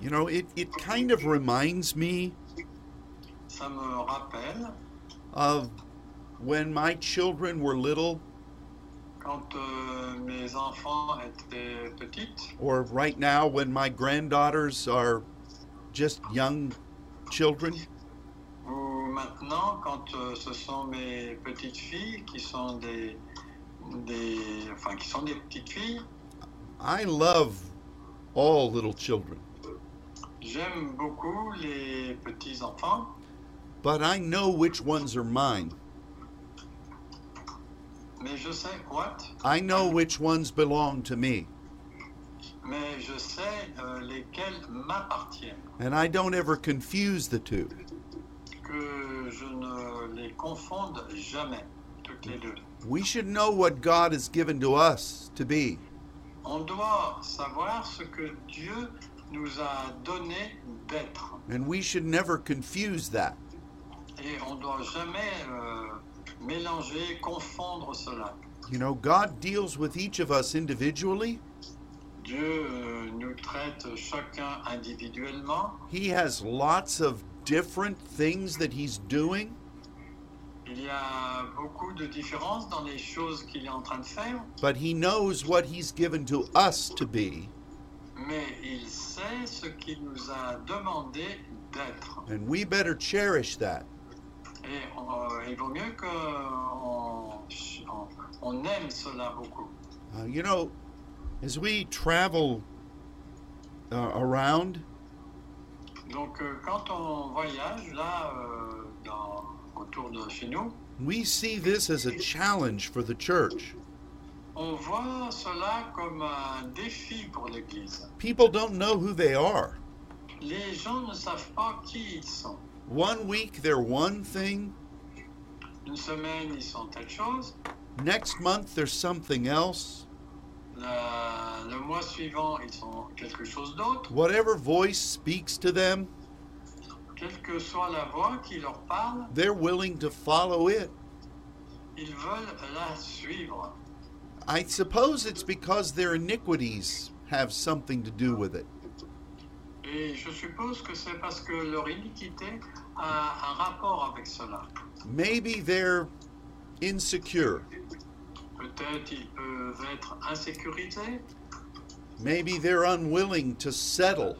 Speaker 1: You know, it, it kind of reminds me
Speaker 2: Ça me rappelle
Speaker 1: of when my children were little,
Speaker 2: quand euh, mes enfants étaient petites
Speaker 1: or right now when my granddaughters are just young children.
Speaker 2: ou maintenant, quand euh, ce sont mes petites filles qui sont des, des- enfin, qui sont des petites filles,
Speaker 1: I love all little children,
Speaker 2: j'aime beaucoup les petits enfants,
Speaker 1: but I know which ones are mine.
Speaker 2: mais je sais what,
Speaker 1: I know which ones belong to me,
Speaker 2: mais je sais euh, lesquels m'appartiennent,
Speaker 1: and I don't ever confuse the two.
Speaker 2: que je ne les confonde jamais, toutes les deux.
Speaker 1: We should know what God has given to us to be.
Speaker 2: On doit savoir ce que Dieu nous a donné d'être.
Speaker 1: And we should never confuse that.
Speaker 2: Et on ne doit jamais euh, mélanger, confondre cela.
Speaker 1: You know, God deals with each of us individually.
Speaker 2: Dieu euh, nous traite chacun individuellement.
Speaker 1: He has lots of different things that He's doing,
Speaker 2: Il y a beaucoup de différences dans les choses qu'il est en train de faire,
Speaker 1: but He knows what He's given to us to be,
Speaker 2: mais il sait ce qu'il nous a demandé d'être.
Speaker 1: and we better cherish that.
Speaker 2: Et euh, il vaut mieux qu'on on, on aime cela beaucoup.
Speaker 1: Uh, you know, as we travel uh, around,
Speaker 2: Donc euh, quand on voyage là euh, dans- autour de chez nous,
Speaker 1: we see this as a challenge for the church.
Speaker 2: on voit cela comme un défi pour l'Église.
Speaker 1: People don't know who they are.
Speaker 2: Les gens ne savent pas qui ils sont.
Speaker 1: One week they're one thing,
Speaker 2: Une semaine ils sont telle chose,
Speaker 1: next month they're something else.
Speaker 2: la- le mois suivant ils sont quelque chose d'autre.
Speaker 1: Whatever voice speaks to them,
Speaker 2: Quelle que soit la voix qui leur parle,
Speaker 1: they're willing to follow it.
Speaker 2: ils veulent la suivre.
Speaker 1: I suppose it's because their iniquities have something to do with it.
Speaker 2: Et je suppose que c'est parce que leur iniquité a un rapport avec cela.
Speaker 1: Maybe they're insecure.
Speaker 2: Peut-être ils peuvent être insécurisés,
Speaker 1: Maybe they're unwilling to settle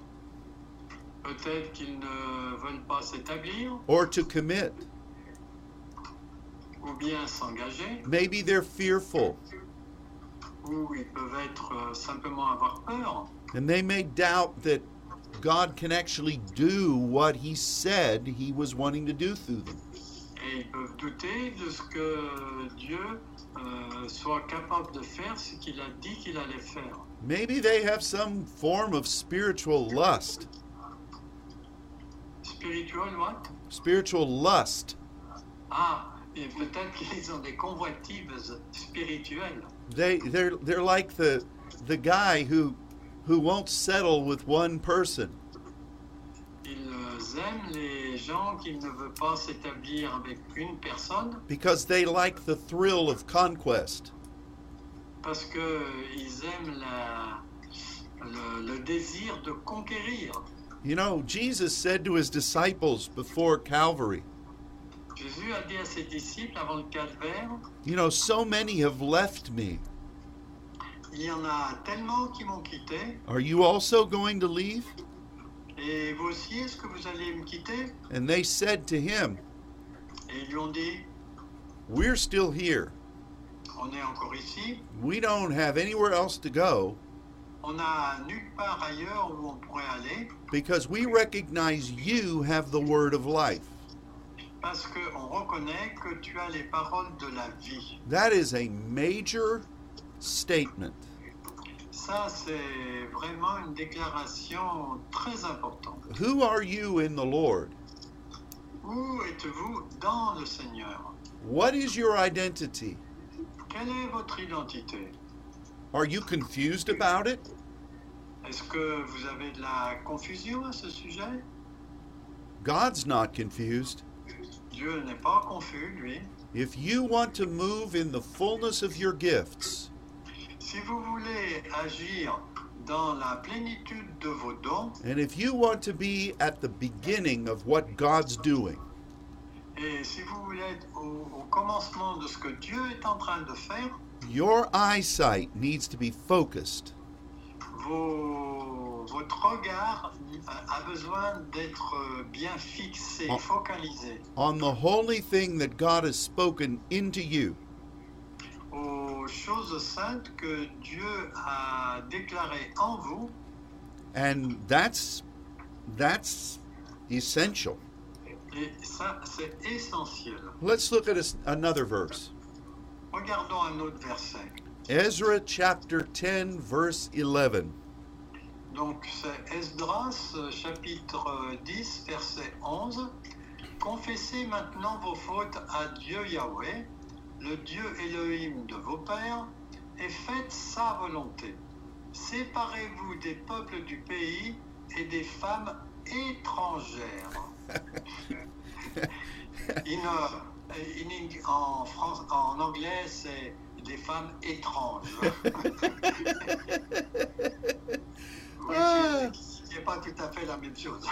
Speaker 2: peut-être qu'ils ne veulent pas s'établir
Speaker 1: or to commit.
Speaker 2: ou bien s'engager,
Speaker 1: Maybe they're fearful
Speaker 2: ou ils peuvent être euh, simplement avoir peur.
Speaker 1: and they may doubt that God can actually do what He said He was wanting to do through them.
Speaker 2: Et ils peuvent douter de ce que Dieu euh, soit capable de faire ce qu'il a dit qu'il allait faire.
Speaker 1: Maybe they have some form of spiritual lust.
Speaker 2: Spirituel, what
Speaker 1: Spiritual lust.
Speaker 2: Ah, et peut-être qu'ils ont des convoitives spirituelles.
Speaker 1: They they're they're like the the guy who who won't settle with one person.
Speaker 2: Ils euh, aiment les gens qui ne veulent pas s'établir avec une personne
Speaker 1: because they like the thrill of conquest.
Speaker 2: parce qu'ils aiment la- le- le désir de conquérir.
Speaker 1: You know, Jesus said to his disciples before Calvary,
Speaker 2: Jésus a dit à ses disciples avant le calvaire,
Speaker 1: You know, so many have left me.
Speaker 2: il y en a tellement qui m'ont quitté,
Speaker 1: Are you also going to leave?
Speaker 2: et vous aussi, est-ce que vous allez me quitter
Speaker 1: And they said to him,
Speaker 2: Et ils lui ont dit,
Speaker 1: We're still here.
Speaker 2: on est encore ici,
Speaker 1: We don't have anywhere else to go
Speaker 2: on n'a nulle part ailleurs où on pourrait aller,
Speaker 1: because we recognize you have the word of life.
Speaker 2: parce qu'on reconnaît que tu as les paroles de la vie.
Speaker 1: That is a major statement.
Speaker 2: Ça, c'est vraiment une déclaration très importante.
Speaker 1: Who are you in the Lord?
Speaker 2: Où êtes-vous dans le Seigneur
Speaker 1: What is your identity?
Speaker 2: Quelle est votre identité
Speaker 1: Are you confused about it?
Speaker 2: Est-ce que vous avez de la confusion à ce sujet
Speaker 1: God's not confused.
Speaker 2: Dieu n'est pas confus, lui.
Speaker 1: If you want to move in the fullness of your gifts,
Speaker 2: Si vous voulez agir dans la plénitude de vos dons
Speaker 1: and if you want to be at the beginning of what God's doing,
Speaker 2: et si vous voulez être au, au commencement de ce que Dieu est en train de faire,
Speaker 1: your eyesight needs to be focused.
Speaker 2: vos votre regard a a besoin d'être euh, bien fixé,
Speaker 1: Oh.
Speaker 2: focalisé
Speaker 1: on the holy thing that God has spoken into you.
Speaker 2: aux choses saintes que Dieu a déclarées en vous.
Speaker 1: And that's that's essential.
Speaker 2: Et ça, c'est essentiel.
Speaker 1: Let's look at a s- another verse.
Speaker 2: Regardons un autre verset.
Speaker 1: Ezra chapter 10 verse 11.
Speaker 2: Donc c'est Esdras euh, chapitre euh, 10 verset 11. Confessez maintenant vos fautes à Dieu Yahweh, le Dieu Elohim de vos pères, et faites sa volonté. Séparez-vous des peuples du pays et des femmes étrangères. In, euh, in Eng- en, France- en anglais, c'est des femmes étranges. Oui,
Speaker 1: Ah.
Speaker 2: c'est- c'est pas tout à fait la même chose.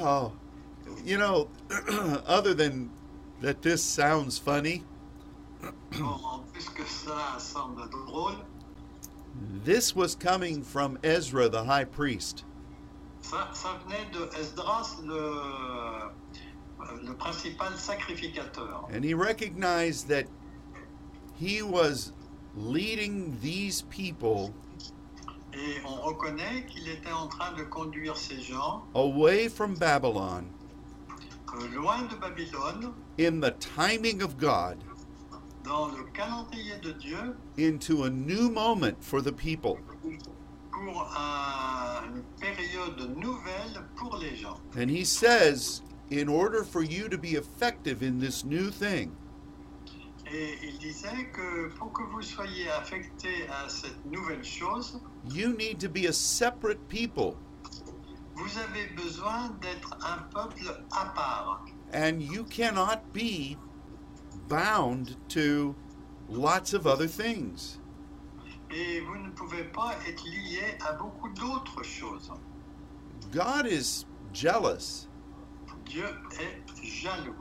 Speaker 1: Oh, you know, other than that this sounds funny,
Speaker 2: Bon, en plus que ça semble drôle,
Speaker 1: this was coming from Ezra the high priest.
Speaker 2: ça, ça venait de Esdras, le, le principal sacrificateur.
Speaker 1: And he recognized that he was leading these people
Speaker 2: Et on reconnaît qu'il était en train de conduire ces gens
Speaker 1: away from Babylon
Speaker 2: euh, loin de Babylone,
Speaker 1: in the timing of God
Speaker 2: dans le calendrier de Dieu,
Speaker 1: into a new moment for the people.
Speaker 2: pour un- une période nouvelle pour les gens.
Speaker 1: And he says, in order for you to be effective in this new thing,
Speaker 2: Et il disait que pour que vous soyez affectés à cette nouvelle chose,
Speaker 1: you need to be a separate people
Speaker 2: Vous avez besoin d'être un peuple à part.
Speaker 1: and you cannot be bound to lots of other things.
Speaker 2: Et vous ne pouvez pas être lié à beaucoup d'autres choses.
Speaker 1: God is jealous.
Speaker 2: Dieu est jaloux.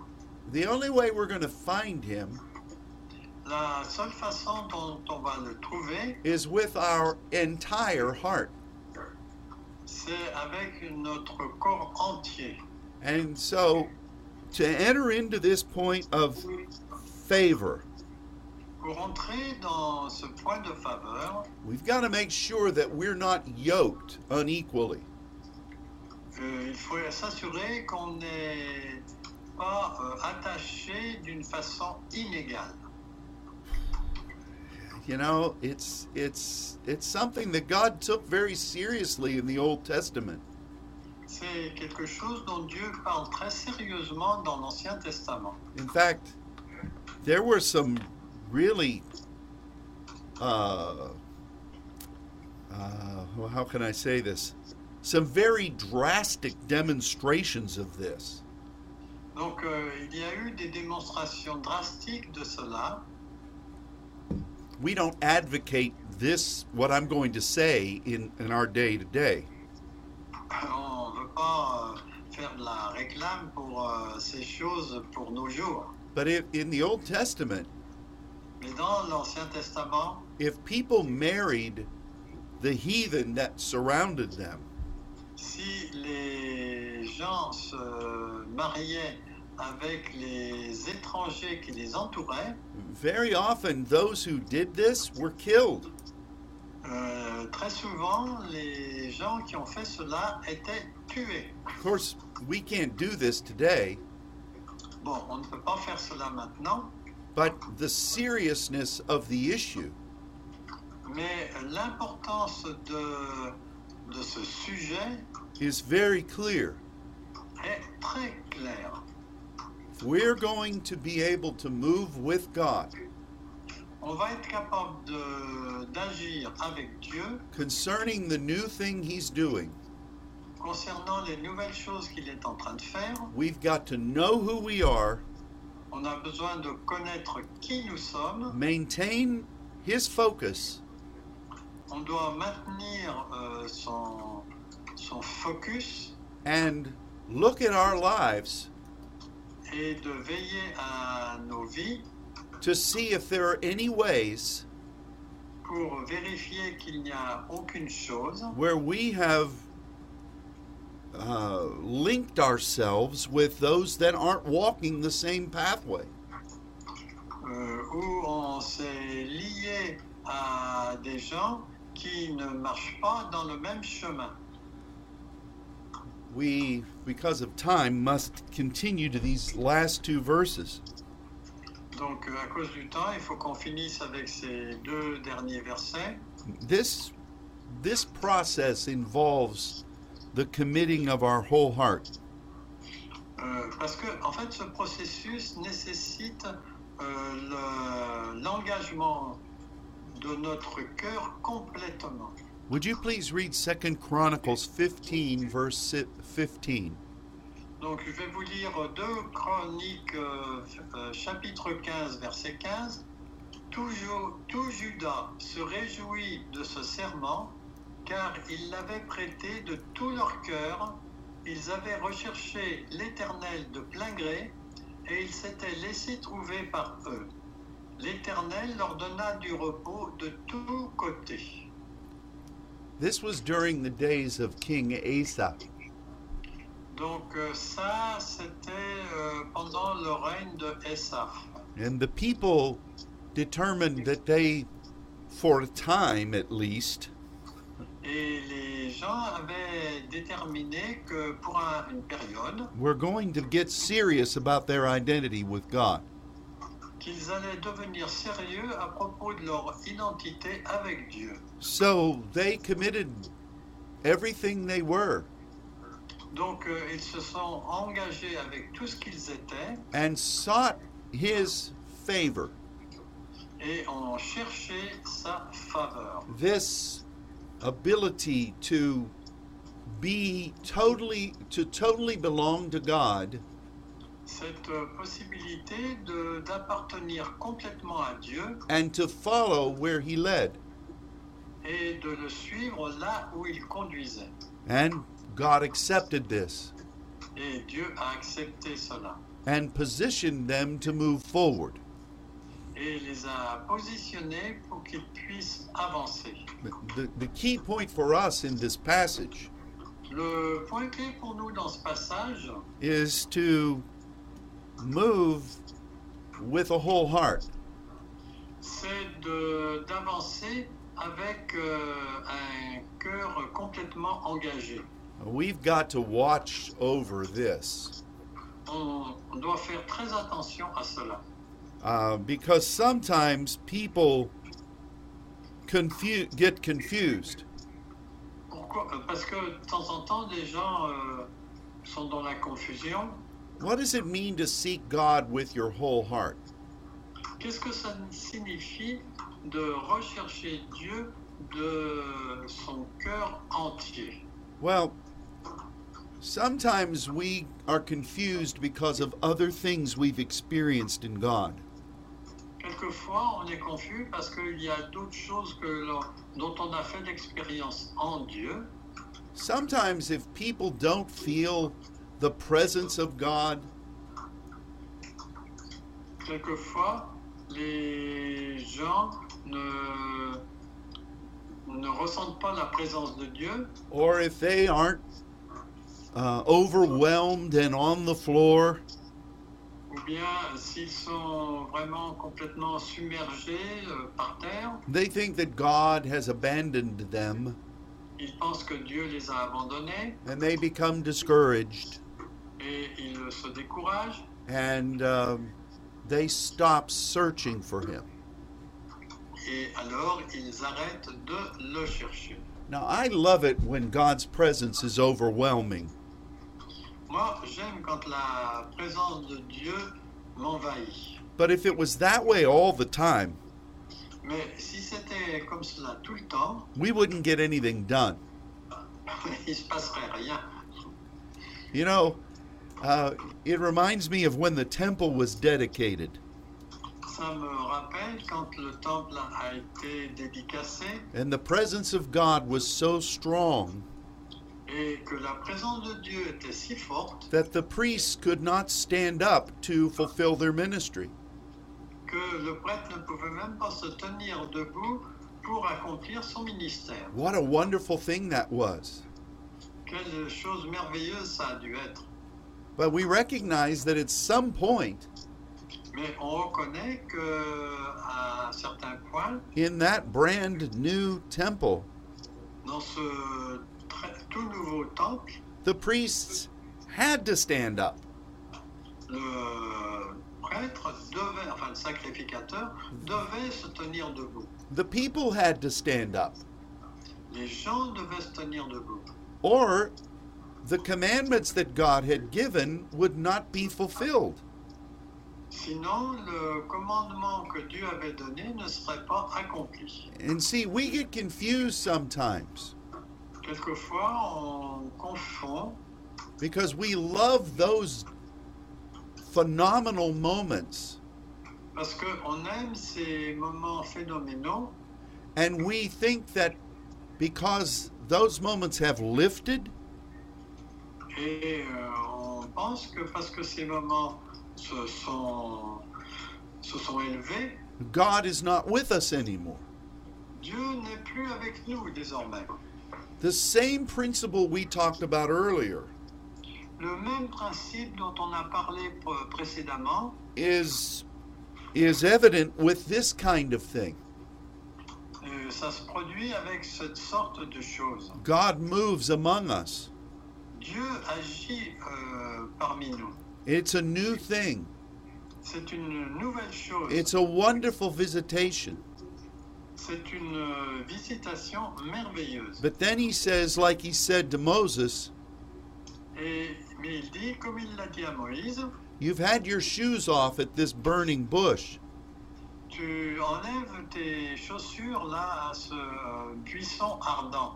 Speaker 1: The only way we're going to find him
Speaker 2: La seule façon dont on va le trouver,
Speaker 1: is with our entire heart.
Speaker 2: c'est avec notre corps entier.
Speaker 1: And so to enter into this point of favor,
Speaker 2: Pour entrer dans ce point de faveur,
Speaker 1: we've got to make sure that we're not yoked unequally.
Speaker 2: euh, il faut s'assurer qu'on n'est pas euh, attaché d'une façon inégale.
Speaker 1: You know, it's it's it's something that God took very seriously in the Old Testament.
Speaker 2: C'est quelque chose dont Dieu parle très sérieusement dans l'Ancien Testament.
Speaker 1: In fact, there were some really uh, uh, well, how can I say this? Some very drastic demonstrations of this.
Speaker 2: Donc euh, il y a eu des démonstrations drastiques de cela.
Speaker 1: we don't advocate this what i'm going to say in, in our day to day
Speaker 2: Euh, On ne veut pas euh, faire de la réclame pour euh, ces choses pour nos jours.
Speaker 1: but if, in the old testament
Speaker 2: Mais dans l'Ancien Testament,
Speaker 1: if people married the heathen that surrounded them
Speaker 2: si les gens se mariaient avec les étrangers qui les entouraient,
Speaker 1: very often those who did this were killed
Speaker 2: euh, très souvent les gens qui ont fait cela étaient tués.
Speaker 1: of course we can't do this today
Speaker 2: Bon, on ne peut pas faire cela maintenant,
Speaker 1: but the seriousness of the issue
Speaker 2: mais l'importance de, de ce sujet
Speaker 1: is very clear
Speaker 2: est très claire.
Speaker 1: If we're going to be able to move with god
Speaker 2: On va être capable de- d'agir avec Dieu
Speaker 1: concerning the new thing he's doing
Speaker 2: concernant les nouvelles choses qu'il est en train de faire.
Speaker 1: we've got to know who we are
Speaker 2: On a besoin de connaître qui nous sommes.
Speaker 1: maintain his focus
Speaker 2: On doit maintenir euh, son, son focus
Speaker 1: and look at our lives
Speaker 2: et de veiller à nos vies
Speaker 1: to see if there are any ways
Speaker 2: pour pour vérifier qu'il n'y a aucune chose
Speaker 1: where we have uh, linked ourselves with those that aren't walking the same pathway.
Speaker 2: euh, où on s'est lié à des gens qui ne marchent pas dans le même chemin.
Speaker 1: We, because of time, must continue to these last two verses.
Speaker 2: Donc euh, à cause du temps, il faut qu'on finisse avec ces deux derniers versets.
Speaker 1: This, this process involves the committing of our whole heart.
Speaker 2: Euh, parce que, en fait, ce processus nécessite euh, le- l'engagement de notre cœur complètement.
Speaker 1: Would you please read 2 Chronicles 15, verse si- 15?
Speaker 2: Donc, je vais vous lire 2 Chroniques, euh, euh, chapitre 15, verset 15. Tout, Ju- tout Judas se réjouit de ce serment, car ils l'avaient prêté de tout leur cœur. Ils avaient recherché l'Éternel de plein gré, et ils s'étaient laissés trouver par eux. L'Éternel leur donna du repos de tous côtés.
Speaker 1: This was during the days of King Asa.
Speaker 2: Donc, euh, ça, c'était euh, pendant le règne de Esaph.
Speaker 1: And the people determined that they, for a time at least,
Speaker 2: Et les gens avaient déterminé que pour un- une période,
Speaker 1: were going to get serious about their identity with God.
Speaker 2: qu'ils allaient devenir sérieux à propos de leur identité avec Dieu.
Speaker 1: So they committed everything they were.
Speaker 2: Donc euh, ils se sont engagés avec tout ce qu'ils étaient
Speaker 1: and sought his favor.
Speaker 2: et ont cherché sa faveur.
Speaker 1: This ability to be totally to totally belong to God
Speaker 2: Cette euh, possibilité de- d'appartenir complètement à Dieu
Speaker 1: and to follow where he led.
Speaker 2: et de le suivre là où il conduisait.
Speaker 1: And God accepted this
Speaker 2: Et Dieu a accepté cela
Speaker 1: and positioned them to move forward.
Speaker 2: et les a positionnés pour qu'ils puissent avancer.
Speaker 1: The, the key point for us in this passage
Speaker 2: Le point clé pour nous dans ce passage,
Speaker 1: is to move with a whole heart.
Speaker 2: c'est de- d'avancer avec euh, un cœur complètement engagé.
Speaker 1: We've got to watch over this.
Speaker 2: On, on doit faire très attention à cela.
Speaker 1: Uh, because sometimes people confu- get confused.
Speaker 2: Pourquoi Euh, Parce que de temps en temps, des gens euh, sont dans la confusion.
Speaker 1: What does it mean to seek God with your whole heart?
Speaker 2: Qu'est-ce que ça signifie de rechercher Dieu de son cœur entier
Speaker 1: Well, sometimes we are confused because of other things we've experienced in God.
Speaker 2: Quelquefois, on est confus parce qu'il y a d'autres choses que l'on- dont on a fait l'expérience en Dieu.
Speaker 1: Sometimes, if people don't feel the presence of God,
Speaker 2: Quelquefois, les gens ne, ne ressentent pas la présence de Dieu,
Speaker 1: or if they aren't uh, overwhelmed and on the floor,
Speaker 2: ou bien s'ils sont vraiment complètement submergés euh, par terre,
Speaker 1: they think that God has abandoned them.
Speaker 2: ils pensent que Dieu les a abandonnés
Speaker 1: and they become discouraged
Speaker 2: et ils se découragent
Speaker 1: and um, they stop searching for him.
Speaker 2: et alors ils arrêtent de le chercher.
Speaker 1: Now, I love it when God's presence is overwhelming.
Speaker 2: Moi, j'aime quand la présence de Dieu m'envahit.
Speaker 1: But if it was that way all the time,
Speaker 2: Mais si c'était comme cela tout le temps,
Speaker 1: we wouldn't get anything done.
Speaker 2: il se passerait rien.
Speaker 1: You know, uh, it reminds me of when the temple was dedicated
Speaker 2: Ça me rappelle quand le temple a été dédicacé
Speaker 1: and the presence of God was so strong
Speaker 2: et que la présence de Dieu était si forte
Speaker 1: that the priests could not stand up to fulfill their ministry.
Speaker 2: que le prêtre ne pouvait même pas se tenir debout pour accomplir son ministère.
Speaker 1: What a wonderful thing that was.
Speaker 2: Quelle chose merveilleuse ça a dû être.
Speaker 1: But we recognize that at some point
Speaker 2: Mais on reconnaît que à un certain point,
Speaker 1: in that brand new temple,
Speaker 2: dans ce très- tout nouveau temple,
Speaker 1: the priests had to stand up.
Speaker 2: le euh, prêtre devait, enfin le sacrificateur devait se tenir debout.
Speaker 1: The people had to stand up.
Speaker 2: Les gens devaient se tenir debout.
Speaker 1: Or the commandments that God had given would not be fulfilled.
Speaker 2: Sinon, le commandement que Dieu avait donné ne serait pas accompli.
Speaker 1: And see, we get confused sometimes
Speaker 2: Quelquefois, on confond
Speaker 1: because we love those phenomenal moments
Speaker 2: parce qu'on aime ces moments phénoménaux
Speaker 1: and we think that because those moments have lifted,
Speaker 2: Et euh, on pense que parce que ces moments se sont, se sont élevés,
Speaker 1: God is not with us anymore.
Speaker 2: Dieu n'est plus avec nous désormais.
Speaker 1: The same principle we talked about earlier
Speaker 2: Le même principe dont on a parlé pr- précédemment
Speaker 1: is is evident with this kind of thing.
Speaker 2: euh, ça se produit avec cette sorte de choses.
Speaker 1: God moves among us.
Speaker 2: Dieu agit euh, parmi nous.
Speaker 1: It's a new thing.
Speaker 2: C'est une nouvelle chose.
Speaker 1: It's a wonderful visitation.
Speaker 2: C'est une euh, visitation merveilleuse.
Speaker 1: But then he says like he said to Moses,
Speaker 2: Et, mais il dit, comme il l'a dit à Moïse,
Speaker 1: you've had your shoes off at this burning bush.
Speaker 2: Tu enlèves tes chaussures là à ce euh, buisson ardent.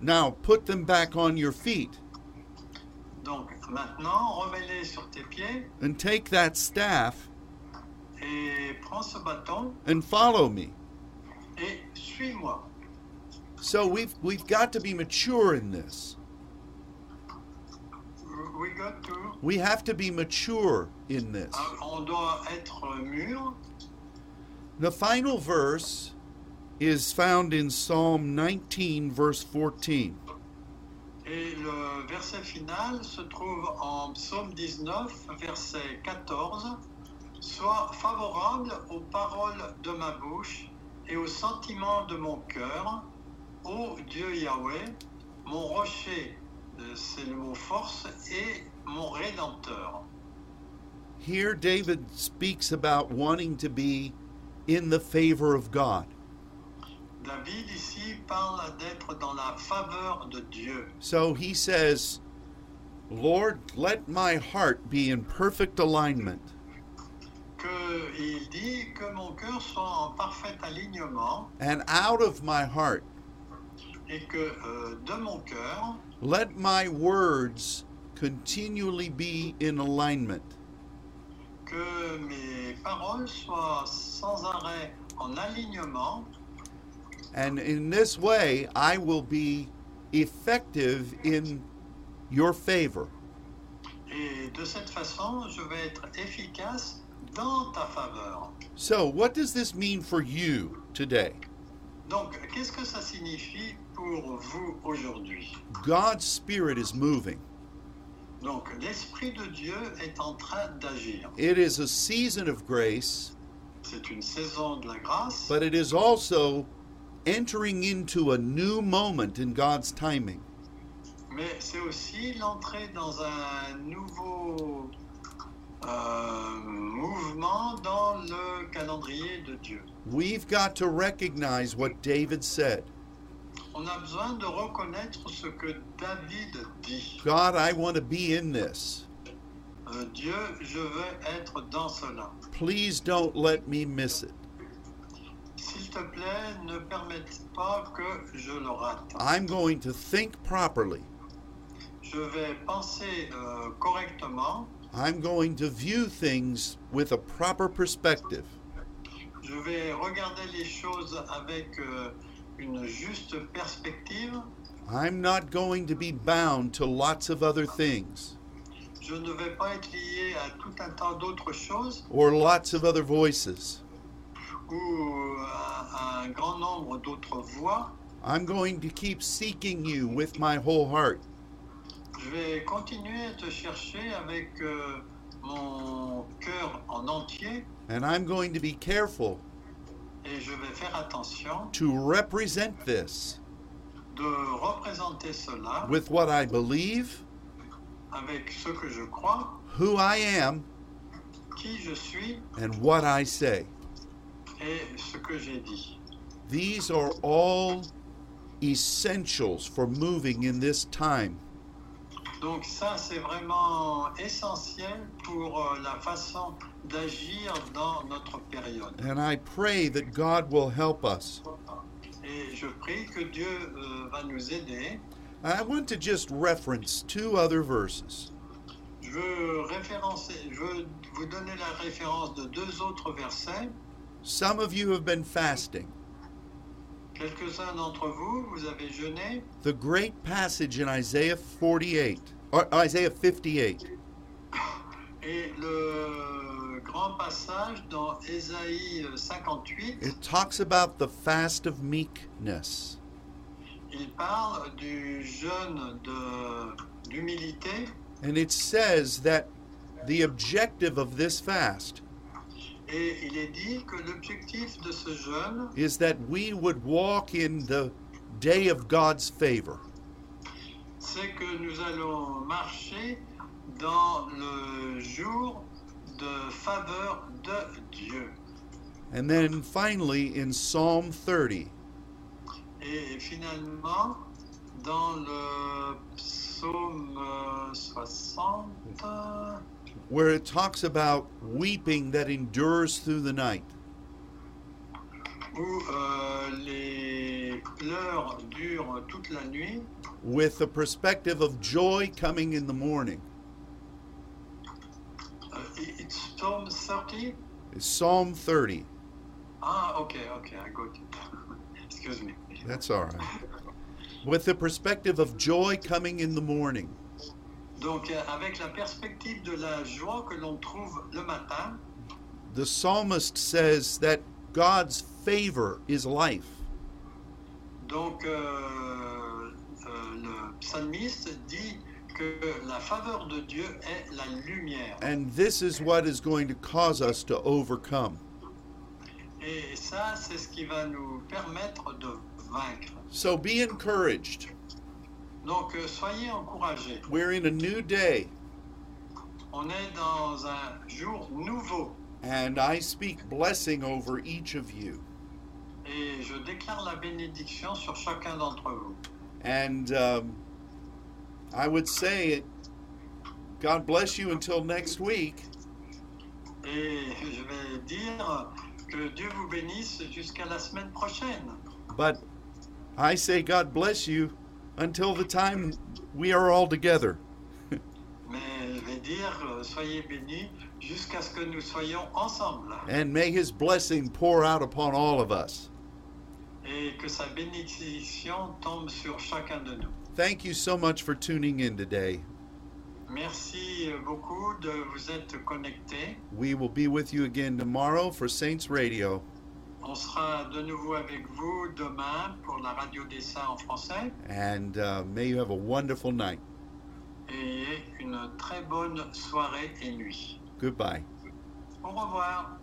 Speaker 1: Now put them back on your feet
Speaker 2: Donc maintenant, remets-les sur tes pieds
Speaker 1: and take that staff
Speaker 2: et prends ce bâton
Speaker 1: and follow me.
Speaker 2: et suis-moi.
Speaker 1: So we've we've got to be mature in this.
Speaker 2: We got to.
Speaker 1: We have to be mature in this.
Speaker 2: Ah, On doit être mûr.
Speaker 1: The final verse is found in Psalm 19, verse 14.
Speaker 2: Et le verset final se trouve en psaume 19, verset 14. Sois favorable aux paroles de ma bouche et aux sentiments de mon cœur, ô Dieu Yahweh, mon rocher, euh, c'est le mot force, et mon rédempteur.
Speaker 1: Here, David speaks about wanting to be in the favor of God.
Speaker 2: David ici parle d'être dans la faveur de Dieu.
Speaker 1: So he says, Lord, let my heart be in perfect alignment,
Speaker 2: Que il dit que mon cœur soit en parfait alignement
Speaker 1: and out of my heart,
Speaker 2: et que euh, de mon cœur,
Speaker 1: let my words continually be in alignment.
Speaker 2: que mes paroles soient sans arrêt en alignement
Speaker 1: And in this way, I will be effective in your favor.
Speaker 2: et de cette façon je vais être efficace dans ta faveur.
Speaker 1: So, what does this mean for you today?
Speaker 2: Donc qu'est-ce que ça signifie pour vous aujourd'hui
Speaker 1: God's Spirit is moving.
Speaker 2: Donc l'Esprit de Dieu est en train d'agir.
Speaker 1: It is a season of grace,
Speaker 2: C'est une saison de la grâce,
Speaker 1: but it is also entering into a new moment in God's timing.
Speaker 2: mais c'est aussi l'entrée dans un nouveau euh, mouvement dans le calendrier de Dieu.
Speaker 1: We've got to recognize what David said
Speaker 2: On a besoin de reconnaître ce que David dit.
Speaker 1: God, I want to be in this.
Speaker 2: Euh, Dieu, je veux être dans cela.
Speaker 1: Please don't let me miss it.
Speaker 2: S'il te plaît, ne permette pas que je le rate.
Speaker 1: I'm going to think properly.
Speaker 2: Je vais penser euh, correctement.
Speaker 1: I'm going to view things with a proper perspective.
Speaker 2: Je vais regarder les choses avec euh, une juste perspective.
Speaker 1: I'm not going to be bound to lots of other things
Speaker 2: Je ne vais pas être lié à tout un tas d'autres choses
Speaker 1: or lots of other voices.
Speaker 2: ou un, un grand nombre d'autres voies,
Speaker 1: I'm going to keep seeking you with my whole heart.
Speaker 2: je vais continuer à te chercher avec euh, mon cœur en entier
Speaker 1: And I'm going to be careful
Speaker 2: et je vais faire attention
Speaker 1: to represent this
Speaker 2: de représenter cela
Speaker 1: with what I believe,
Speaker 2: avec ce que je crois,
Speaker 1: who I am,
Speaker 2: qui je suis
Speaker 1: and what I say.
Speaker 2: et ce que j'ai dit.
Speaker 1: These are all essentials for moving in this time.
Speaker 2: Donc ça, c'est vraiment essentiel pour euh, la façon d'agir dans notre période.
Speaker 1: And I pray that God will help us.
Speaker 2: Et je prie que Dieu euh, va nous aider.
Speaker 1: I want to just reference two other verses.
Speaker 2: Je veux, référencer, je veux vous donner la référence de deux autres versets.
Speaker 1: Some of you have been fasting.
Speaker 2: Quelques-uns d'entre vous, vous avez jeûné.
Speaker 1: The great passage in Isaiah 48 or Isaiah 58.
Speaker 2: Et le grand passage dans Ésaïe 58,
Speaker 1: It talks about the fast of meekness.
Speaker 2: il parle du jeûne de- d'humilité.
Speaker 1: And it says that the objective of this fast
Speaker 2: Et il est dit que l'objectif de ce jeûne,
Speaker 1: is that we would walk in the day of God's favor.
Speaker 2: c'est que nous allons marcher dans le jour de faveur de Dieu.
Speaker 1: And then finally in Psalm 30,
Speaker 2: Et finalement, dans le psaume euh, 60,
Speaker 1: where it talks about weeping that endures through the night.
Speaker 2: où euh, les pleurs durent toute la nuit,
Speaker 1: with the perspective of joy coming in the morning.
Speaker 2: euh, it's psaume 30
Speaker 1: It's Psalm 30.
Speaker 2: Ah, ok, ok, I got it. Excuse me.
Speaker 1: That's all right. With the perspective of joy coming in the morning.
Speaker 2: Donc, euh, avec la perspective de la joie que l'on trouve le matin,
Speaker 1: The psalmist says that God's favor is life.
Speaker 2: donc euh, euh, le psalmiste dit que la faveur de Dieu est la lumière.
Speaker 1: And this is what is going to cause us to overcome.
Speaker 2: Et ça, c'est ce qui va nous permettre de vaincre.
Speaker 1: So be encouraged.
Speaker 2: Donc, euh, soyez encouragés.
Speaker 1: We're in a new day.
Speaker 2: On est dans un jour nouveau
Speaker 1: And I speak blessing over each of you.
Speaker 2: et je déclare la bénédiction sur chacun d'entre vous.
Speaker 1: And um, I would say, God bless you until next week.
Speaker 2: Et je vais dire que Dieu vous bénisse jusqu'à la semaine prochaine.
Speaker 1: But I say, God bless you until the time we are all together.
Speaker 2: Mais je vais dire, euh, soyez bénis jusqu'à ce que nous soyons ensemble
Speaker 1: And may His blessing pour out upon all of us.
Speaker 2: et que sa bénédiction tombe sur chacun de nous.
Speaker 1: Thank you so much for tuning in today.
Speaker 2: Merci beaucoup de vous être connectés.
Speaker 1: We will be with you again tomorrow for Saints Radio.
Speaker 2: On sera de nouveau avec vous demain pour la radio des saints en français
Speaker 1: And uh, may you have a wonderful night.
Speaker 2: et une très bonne soirée et nuit.
Speaker 1: Goodbye.
Speaker 2: Au revoir.